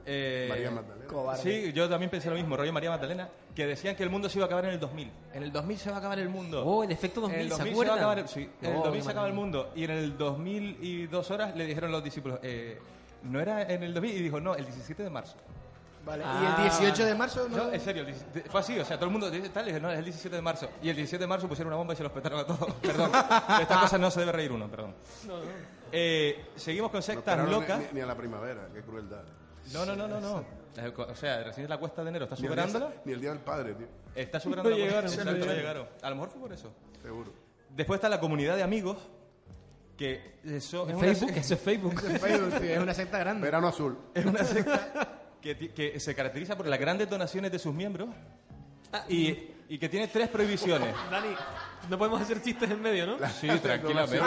Eh,
María Magdalena.
Cobarde.
Sí, yo también pensé lo mismo, rollo María Magdalena, que decían que el mundo se iba a acabar en el 2000. En el 2000 se va a acabar el mundo.
Oh, el efecto 2000,
En el
¿se
2000 se va a
acuerdan?
acabar el, sí, en el
Oh,
2000
qué
se acaba el
maravilla.
mundo. Y en el 2000 y dos horas le dijeron los discípulos, eh, no era en el 2000, y dijo, no, el 17 de marzo.
Vale.
Ah.
Y el 18 de marzo no.
No, en serio, el 17 fue así, o sea, todo el mundo dice, tal, y dije, no, es el 17 de marzo. Y el 17 de marzo pusieron una bomba y se los petaron a todos. Perdón, de estas cosas no se debe reír uno, perdón. Eh, seguimos con
No
sectas
esperaron ni-
locas.
Ni, ni a la primavera, qué crueldad.
No, no, no, no, no. Eh, co- O sea, recién es la cuesta de enero, está
Ni el, día,
superándola.
ni el día del padre, tío.
Está superando
No
la cuesta.
llegaron,
Exacto,
no
no
llegaron.
llegaron. A lo mejor fue por eso.
Seguro.
Después está la comunidad de amigos, que eso es una
Facebook,
se-
eso es Facebook.
Facebook, sí, es una secta grande.
Verano azul.
es una secta que, ti- que se caracteriza por las grandes donaciones de sus miembros y, y que tiene tres prohibiciones.
Dani, no podemos hacer chistes en medio, ¿no?
Sí, tranquilamente.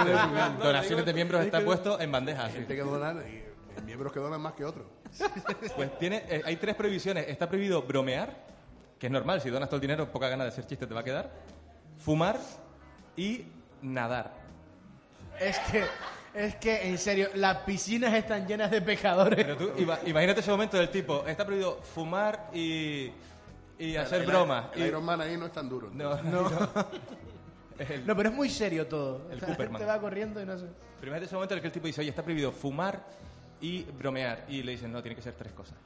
Donaciones de miembros está puesto en bandeja. sí.
Gente que donan, y, eh, miembros que donan más que otros.
Pues tiene, eh, hay tres prohibiciones. Está prohibido bromear, que es normal, si donas todo el dinero, poca gana de hacer chiste te va a quedar. Fumar y nadar.
Es que, es que, en serio, las piscinas están llenas de pecadores.
Pero tú, ima- imagínate ese momento del tipo, está prohibido fumar y, y hacer
El-
bromas.
El,
y-
Iron Man ahí no es tan duro.
no,
No, pero es muy serio todo.
El
O sea, la gente
Cooperman.
va corriendo y no sé.
Pero imagínate ese momento en el que el tipo dice, oye, está prohibido fumar y bromear. Y le dicen, no, tiene que ser tres cosas.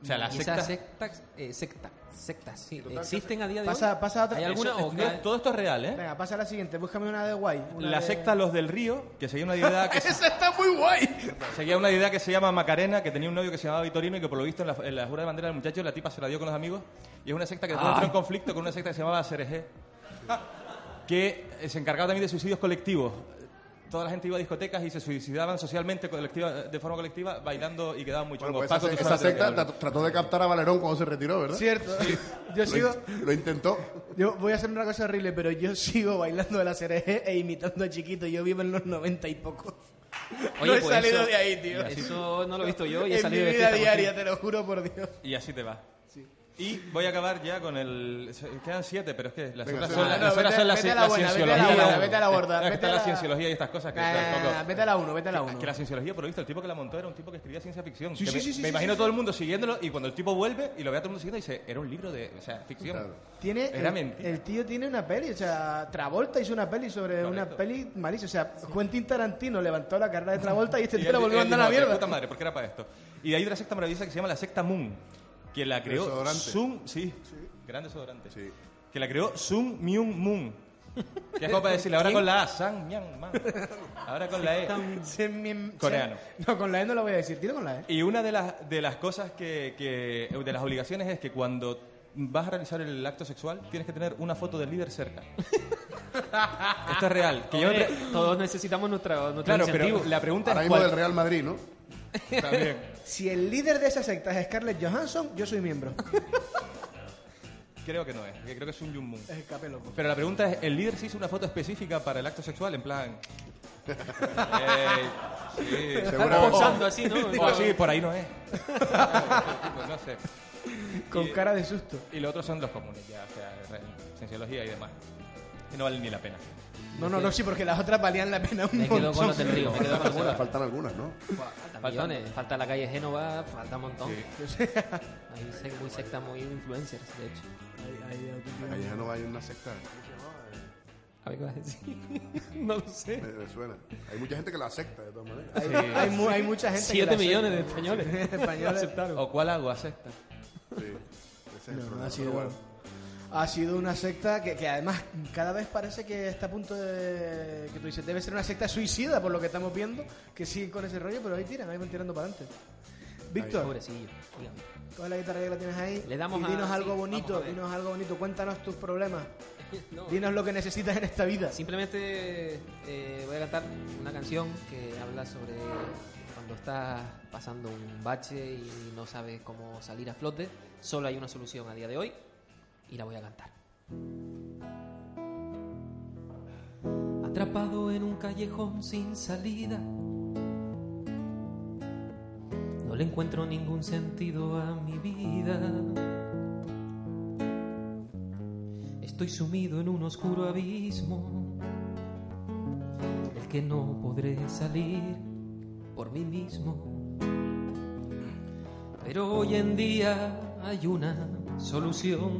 O sea, la
y esas
secta...
sectas, eh, secta- sectas, sí,
Total,
¿existen a día de
Pasa-
hoy?
pasa a otra-
¿Hay alguna
eso-
o
esto-
que-
No, todo esto es real, ¿eh?
Venga, pasa a la siguiente. Búscame una de guay. una
La
de-
secta Los del Río, que seguía una deidad que se- ¿Eh?
Esa está muy guay.
seguía una idea que se llama Macarena, que tenía un novio que se llamaba Vitorino y que por lo visto en la, en la jura de bandera del muchacho la tipa se la dio con los amigos. Y es una secta
Ah.
que después entró en conflicto con una secta que se llamaba Cereje, que eh, se encargaba también de suicidios colectivos. Toda la gente iba a discotecas y se suicidaban socialmente, colectiva, de forma colectiva, bailando y quedaban muy
Bueno,
chungos.
pues
Paco,
esa,
tú
esa
sabes de lo que
secta
hablo.
tra- trató de captar a Valerón cuando se retiró, ¿verdad?
Cierto. Yo
Lo,
sigo.
in- lo intentó.
Yo voy a hacer una cosa horrible, pero yo sigo bailando de la cereje e imitando a Chiquito. Yo vivo en los 90 y poco.
Oye,
no he
pues
salido
eso-
de ahí, tío.
Eso no lo he visto yo y
en
he
mi
salido de
vida
fiesta
diaria, te lo juro por Dios.
Y así te va. Y voy a acabar ya con el. se- Quedan siete, pero es que las
Venga,
otras
sí.
son,
No,
las
no,
otras
vete-
son la,
vete
ci-
a la
la
buena, vete a la
cienciología.
buena, vete a la gorda,
Es que
vete
está
a
la
la-
cienciología y estas cosas que.
Nah,
son
nah,
poco-
nah, Ah, vete a la uno, vete a la
Es
uno.
que la cienciología, por lo visto, el tipo que la montó era un tipo que escribía ciencia ficción.
Sí,
Que
sí,
me
sí, sí,
me
sí,
imagino
sí.
todo el mundo siguiéndolo y cuando el tipo vuelve y lo ve a todo el mundo siguiendo, dice: Era un libro de. O sea, ficción.
Claro.
Tiene,
Era
el,
mentira.
el tío tiene una peli, o sea, Travolta hizo una peli sobre una
Correcto.
peli malicia. O sea, Quentin Tarantino levantó la carrera de Travolta y este
Y
tío la
él-
volvió a
él
andar a la
dijo, "De
mierda.
puta madre, porque era para esto. Y hay otra secta maravillosa que se llama la secta Moon, que la creó
Desodorante.
Sun, sí, gran desodorante.
Sí.
Que la creó Sun Myung Moon. Que es como para decirle ahora con la A, San Myung Man. Ahora con la E.
Se me-
Coreano.
se- no, con la E no lo voy a decir, tiro con la E.
Y una de las, de las cosas que, que- de las obligaciones es que cuando vas a realizar el acto sexual tienes que tener una foto del líder cerca. Esto es real. Que yo me
Hombre,
pre-
todos necesitamos nuestra, nuestro
claro, pero
incentivo.
la pregunta
Ahora
es
mismo
cuál.
del Real Madrid, ¿no?
También.
Si el líder de esa secta es Scarlett Johansson, yo soy miembro.
Creo que no es. que Creo que es un Jung Moon.
Escapé loco.
Pero la pregunta es, ¿el líder se hizo una foto específica para el acto sexual? En plan... eh, sí,
Seguramente.
Posando así, ¿no?
O así, por ahí no es. Pues no sé.
Con
Y-
cara de susto.
Y lo otro son los comunes, ya, o sea, re- cienciología y demás. Y no valen ni la pena.
No, no, no, sí, porque las otras valían la pena un
Me quedo con los del
montón.
río, me quedo con los
Faltan algunas, ¿no?
Faltan millones. Falta la calle Génova, falta un montón. Hay sec- muy secta, muy influencers, de hecho.
Ahí ya no hay una secta.
eh,
A ver qué vas a decir. no lo sé.
Me, me suena. Hay mucha gente que la secta, de todas maneras.
Hay, hay mu- hay mucha gente que la
7
acepta.
millones de españoles.
Españoles.
lo aceptaron.
¿O cuál agua secta?
Sí. Ese es el
No,
problema.
ha,
Pero
sido,
bueno.
ha sido una secta que, que además cada vez parece que está a punto de... Que tú dices, debe ser una secta suicida por lo que estamos viendo, que siguen con ese rollo, pero ahí tiran, ahí van tirando para adelante. Víctor,
Pobrecillo. dígame.
coge la guitarra que la tienes ahí
Le damos
y
a-
dinos
sí,
algo
vamos a
bonito,
ver.
dinos algo bonito, cuéntanos tus problemas,
No.
dinos lo que necesitas en esta vida.
Simplemente eh, voy a cantar una canción que habla sobre cuando estás pasando un bache y no sabes cómo salir a flote. Solo hay una solución a día de hoy y la voy a cantar. Atrapado en un callejón sin salida. No le encuentro ningún sentido a mi vida. Estoy sumido en un oscuro abismo del que no podré salir por mí mismo. Pero hoy en día hay una solución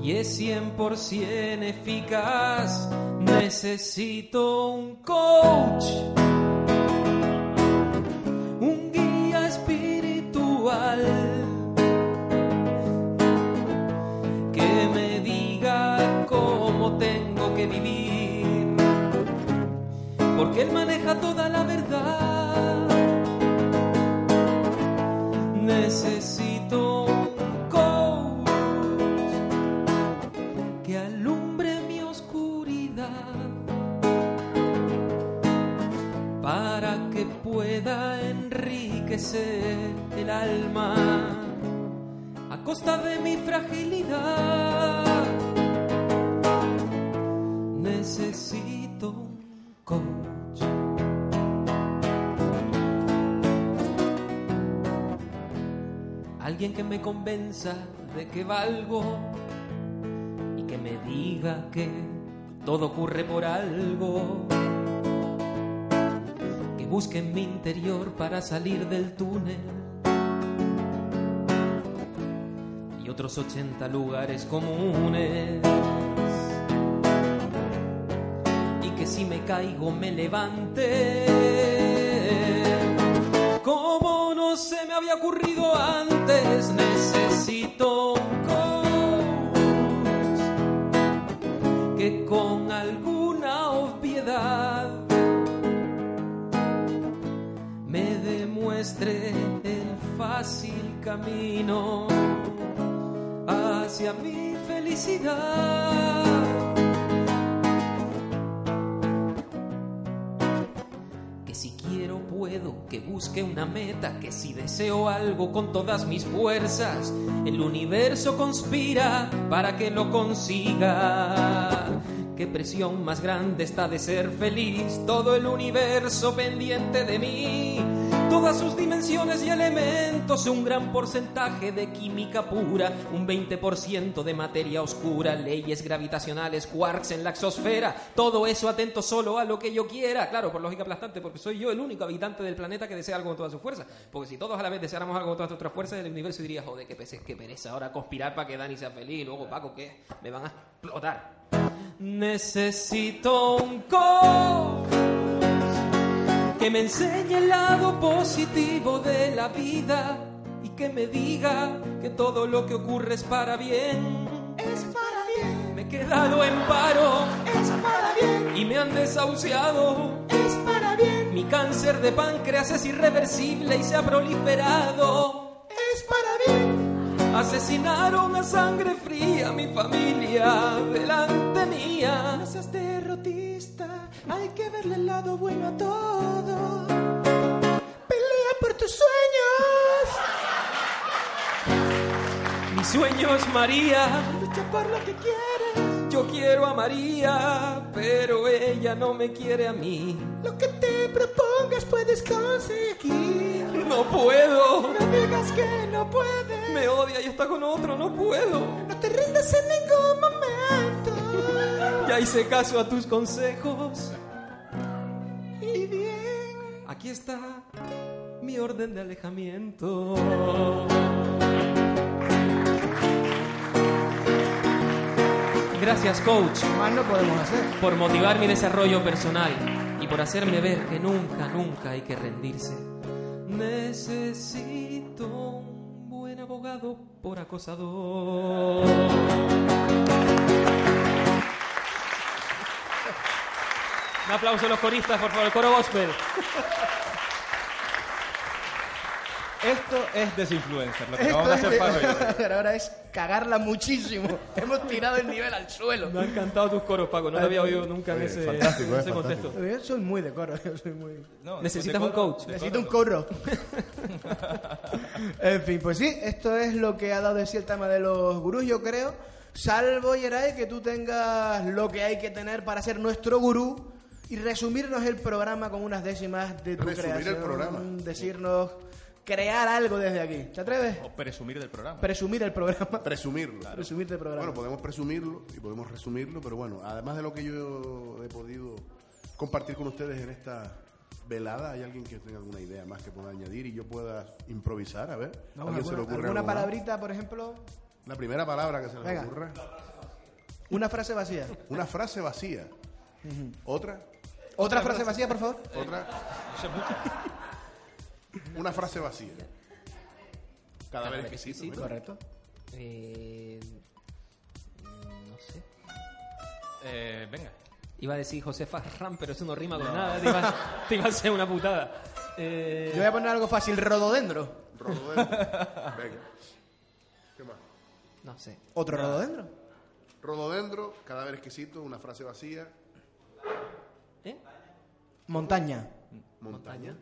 y es 100% eficaz. Necesito un coach, un guía espiritual que me diga cómo tengo que vivir, porque él maneja toda la verdad. Necesito un coach que alumbre mi oscuridad para que pueda enriquecer el alma a costa de mi fragilidad. Necesito un coach. Alguien que me convenza de que valgo y que me diga que todo ocurre por algo. Que busque en mi interior para salir del túnel y otros 80 lugares comunes. Y que si me caigo me levante. Como no sé me había ocurrido antes. Necesito un coach que con alguna obviedad me demuestre el fácil camino hacia mi felicidad. que si quiero puedo, que busque una meta, que si deseo algo con todas mis fuerzas, el universo conspira para que lo consiga. Qué presión más grande está de ser feliz, todo el universo pendiente de mí. Todas sus dimensiones y elementos, un gran porcentaje de química pura, un 20% de materia oscura, leyes gravitacionales, quarks en la exosfera, todo eso atento solo a lo que yo quiera. Claro, por lógica aplastante, porque soy yo el único habitante del planeta que desea algo con toda su fuerza. Porque si todos a la vez deseáramos algo con todas nuestras fuerzas, el universo diría, joder, qué, pese- qué pereza ahora conspirar para que Dani sea feliz, y luego Paco, ¿qué? Me van a explotar. Necesito un coach que me enseñe el lado positivo de la vida y que me diga que todo lo que ocurre es para bien. Es para bien. Me he quedado en paro. Es para bien. Y me han desahuciado. Es para bien. Mi cáncer de páncreas es irreversible y se ha proliferado. Es para bien. Asesinaron a sangre fría a mi familia delante mía. No seas derrotista, hay que verle el lado bueno a todo. Pelea por tus sueños. Mi sueño es María. Lucha por lo que quieres. Yo quiero a María, pero ella no me quiere a mí. Lo que te propongas puedes conseguir. No puedo. No digas que no puedes. Me odia y está con otro, no puedo. No te rindas en ningún momento. Ya hice caso a tus consejos. Y bien, aquí está mi orden de alejamiento. Gracias, coach,
Más no podemos hacer.
por motivar mi desarrollo personal y por hacerme ver que nunca, nunca hay que rendirse. Necesito un buen abogado por acosador. Un aplauso a los coristas, por favor, el coro gospel.
Esto es desinfluencer, lo que
Esto
vamos a
es
hacer
de-
Pablo y yo.
Pero ahora es cagarla muchísimo. Hemos tirado el nivel al suelo.
Me han encantado tus coros, Paco. No lo había oído nunca en ese, en ese contexto.
Yo soy muy de coro, yo soy muy...
No,
Necesitas
de
un
coro-
coach.
de
Necesito un
coro.
corro. en fin, pues sí, esto es lo que ha dado de sí el tema de los gurús, yo creo. Salvo, Yeray, que tú tengas lo que hay que tener para ser nuestro gurú y resumirnos el programa con unas décimas de tu
Resumir el
creación.
programa.
Decirnos, crear algo desde aquí. ¿Te atreves?
Oh.
O presumir del programa.
Presumir el programa.
Presumirlo.
Presumirte el programa.
Bueno, podemos presumirlo y podemos resumirlo, pero bueno, además de lo que yo he podido compartir con ustedes en esta velada, ¿hay alguien que tenga alguna idea más que pueda añadir y yo pueda improvisar? A ver, ¿a alguien se le ocurre
¿Alguna
algo más?
palabrita, por ejemplo?
La primera palabra que se le
Venga.
ocurra.
Una frase vacía.
Una frase vacía. Otra,
¿Otra frase vacía, por favor?
otra. Una frase vacía. Cada vez que sí. mira.
Correcto.
Eh, no sé.
Eh, venga.
Iba a decir Josefa Ram, pero eso no rima con nada. Te iba, te iba a hacer una putada. Eh,
Yo voy a poner algo fácil, rododendro.
Rododendro. Venga. ¿Qué más?
no sé.
¿Otro rododendro?
Rododendro, cadáver exquisito, una frase vacía,
¿Eh?
Montaña.
montaña.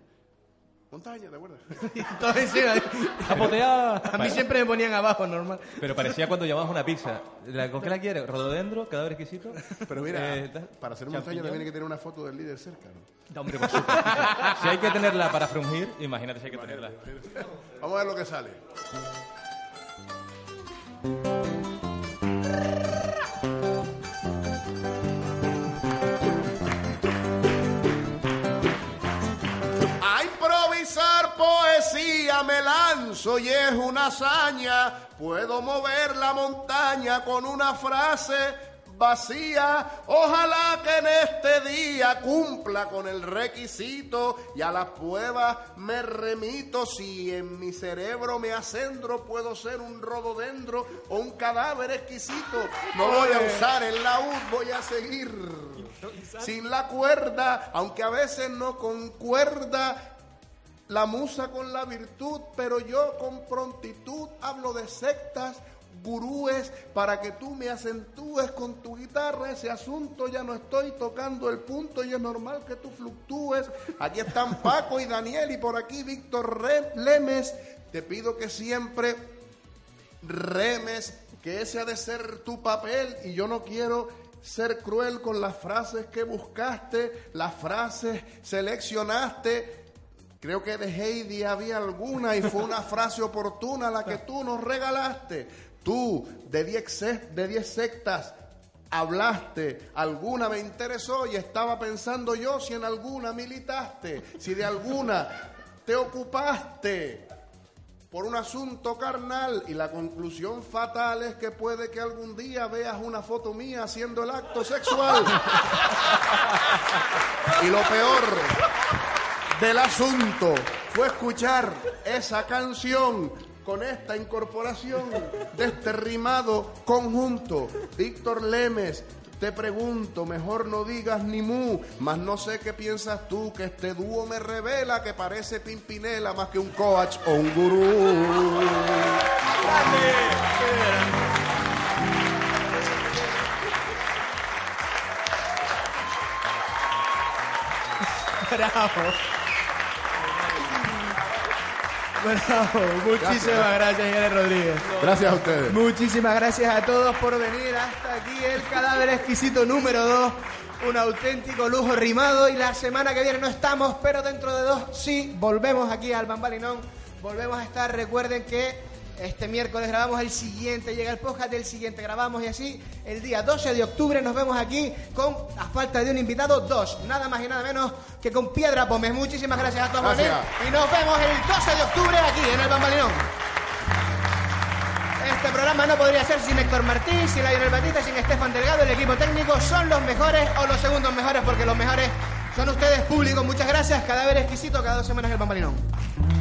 Montaña, ¿te acuerdas?
Entonces, sí, a-
Zapoteada.
a mí siempre me ponían abajo, normal.
Pero parecía cuando llamabas una pizza. ¿La, ¿Con qué la quieres? ¿Rododendro? ¿Cadáver exquisito?
Pero mira,
Eh, tal.
para hacer montaña
Champiñón.
también hay que tener una foto del líder cerca, ¿no?
No, hombre, por supuesto. si hay que tenerla para frungir, imagínate si hay que tenerla.
Vamos a ver lo que sale. A improvisar poesía me lanzo y es una hazaña. Puedo mover la montaña con una frase vacía. Ojalá que en este día cumpla con el requisito y a las pruebas me remito. Si en mi cerebro me acendro, puedo ser un rododendro o un cadáver exquisito. No voy a usar el laúd, voy a seguir sin la cuerda, aunque a veces no concuerda la musa con la virtud, pero yo con prontitud hablo de sectas, gurúes, para que tú me acentúes con tu guitarra ese asunto, ya no estoy tocando el punto y es normal que tú fluctúes. Aquí están Paco y Daniel y por aquí Víctor Re- Lemes. Te pido que siempre remes, que ese ha de ser tu papel y yo no quiero ser cruel con las frases que buscaste, las frases seleccionaste, Creo que de Heidi había alguna y fue una frase oportuna la que tú nos regalaste. Tú, de 10 de diez sectas, hablaste, alguna me interesó y estaba pensando yo si en alguna militaste, si de alguna te ocupaste por un asunto carnal y la conclusión fatal es que puede que algún día veas una foto mía haciendo el acto sexual. y lo peor, del asunto fue escuchar esa canción con esta incorporación de este rimado conjunto. Víctor Lemes, te pregunto, mejor no digas ni mu, mas no sé qué piensas tú, que este dúo me revela que parece Pimpinela más que un coach o un gurú.
Bravo. Bravo. Muchísimas gracias, Miguel Rodríguez.
Gracias a ustedes.
Muchísimas gracias a todos por venir hasta aquí el cadáver exquisito número 2. Un auténtico lujo rimado y la semana que viene no estamos, pero dentro de dos sí volvemos aquí al Bambalinón. Volvemos a estar, recuerden que este miércoles grabamos el siguiente, llega el podcast del siguiente, grabamos y así el día 12 de octubre nos vemos aquí con, a falta de un invitado, dos, nada más y nada menos que con Piedra Pómez. Muchísimas gracias a todos por venir
Gracias.
y nos vemos el 12 de octubre aquí en el Bambalinón. Este programa no podría ser sin Héctor Martín, sin Lionel Batista, sin Estefan Delgado. El equipo técnico son los mejores o los segundos mejores, porque los mejores son ustedes, público. Muchas gracias. Cadáver exquisito cada dos semanas el Bambalinón.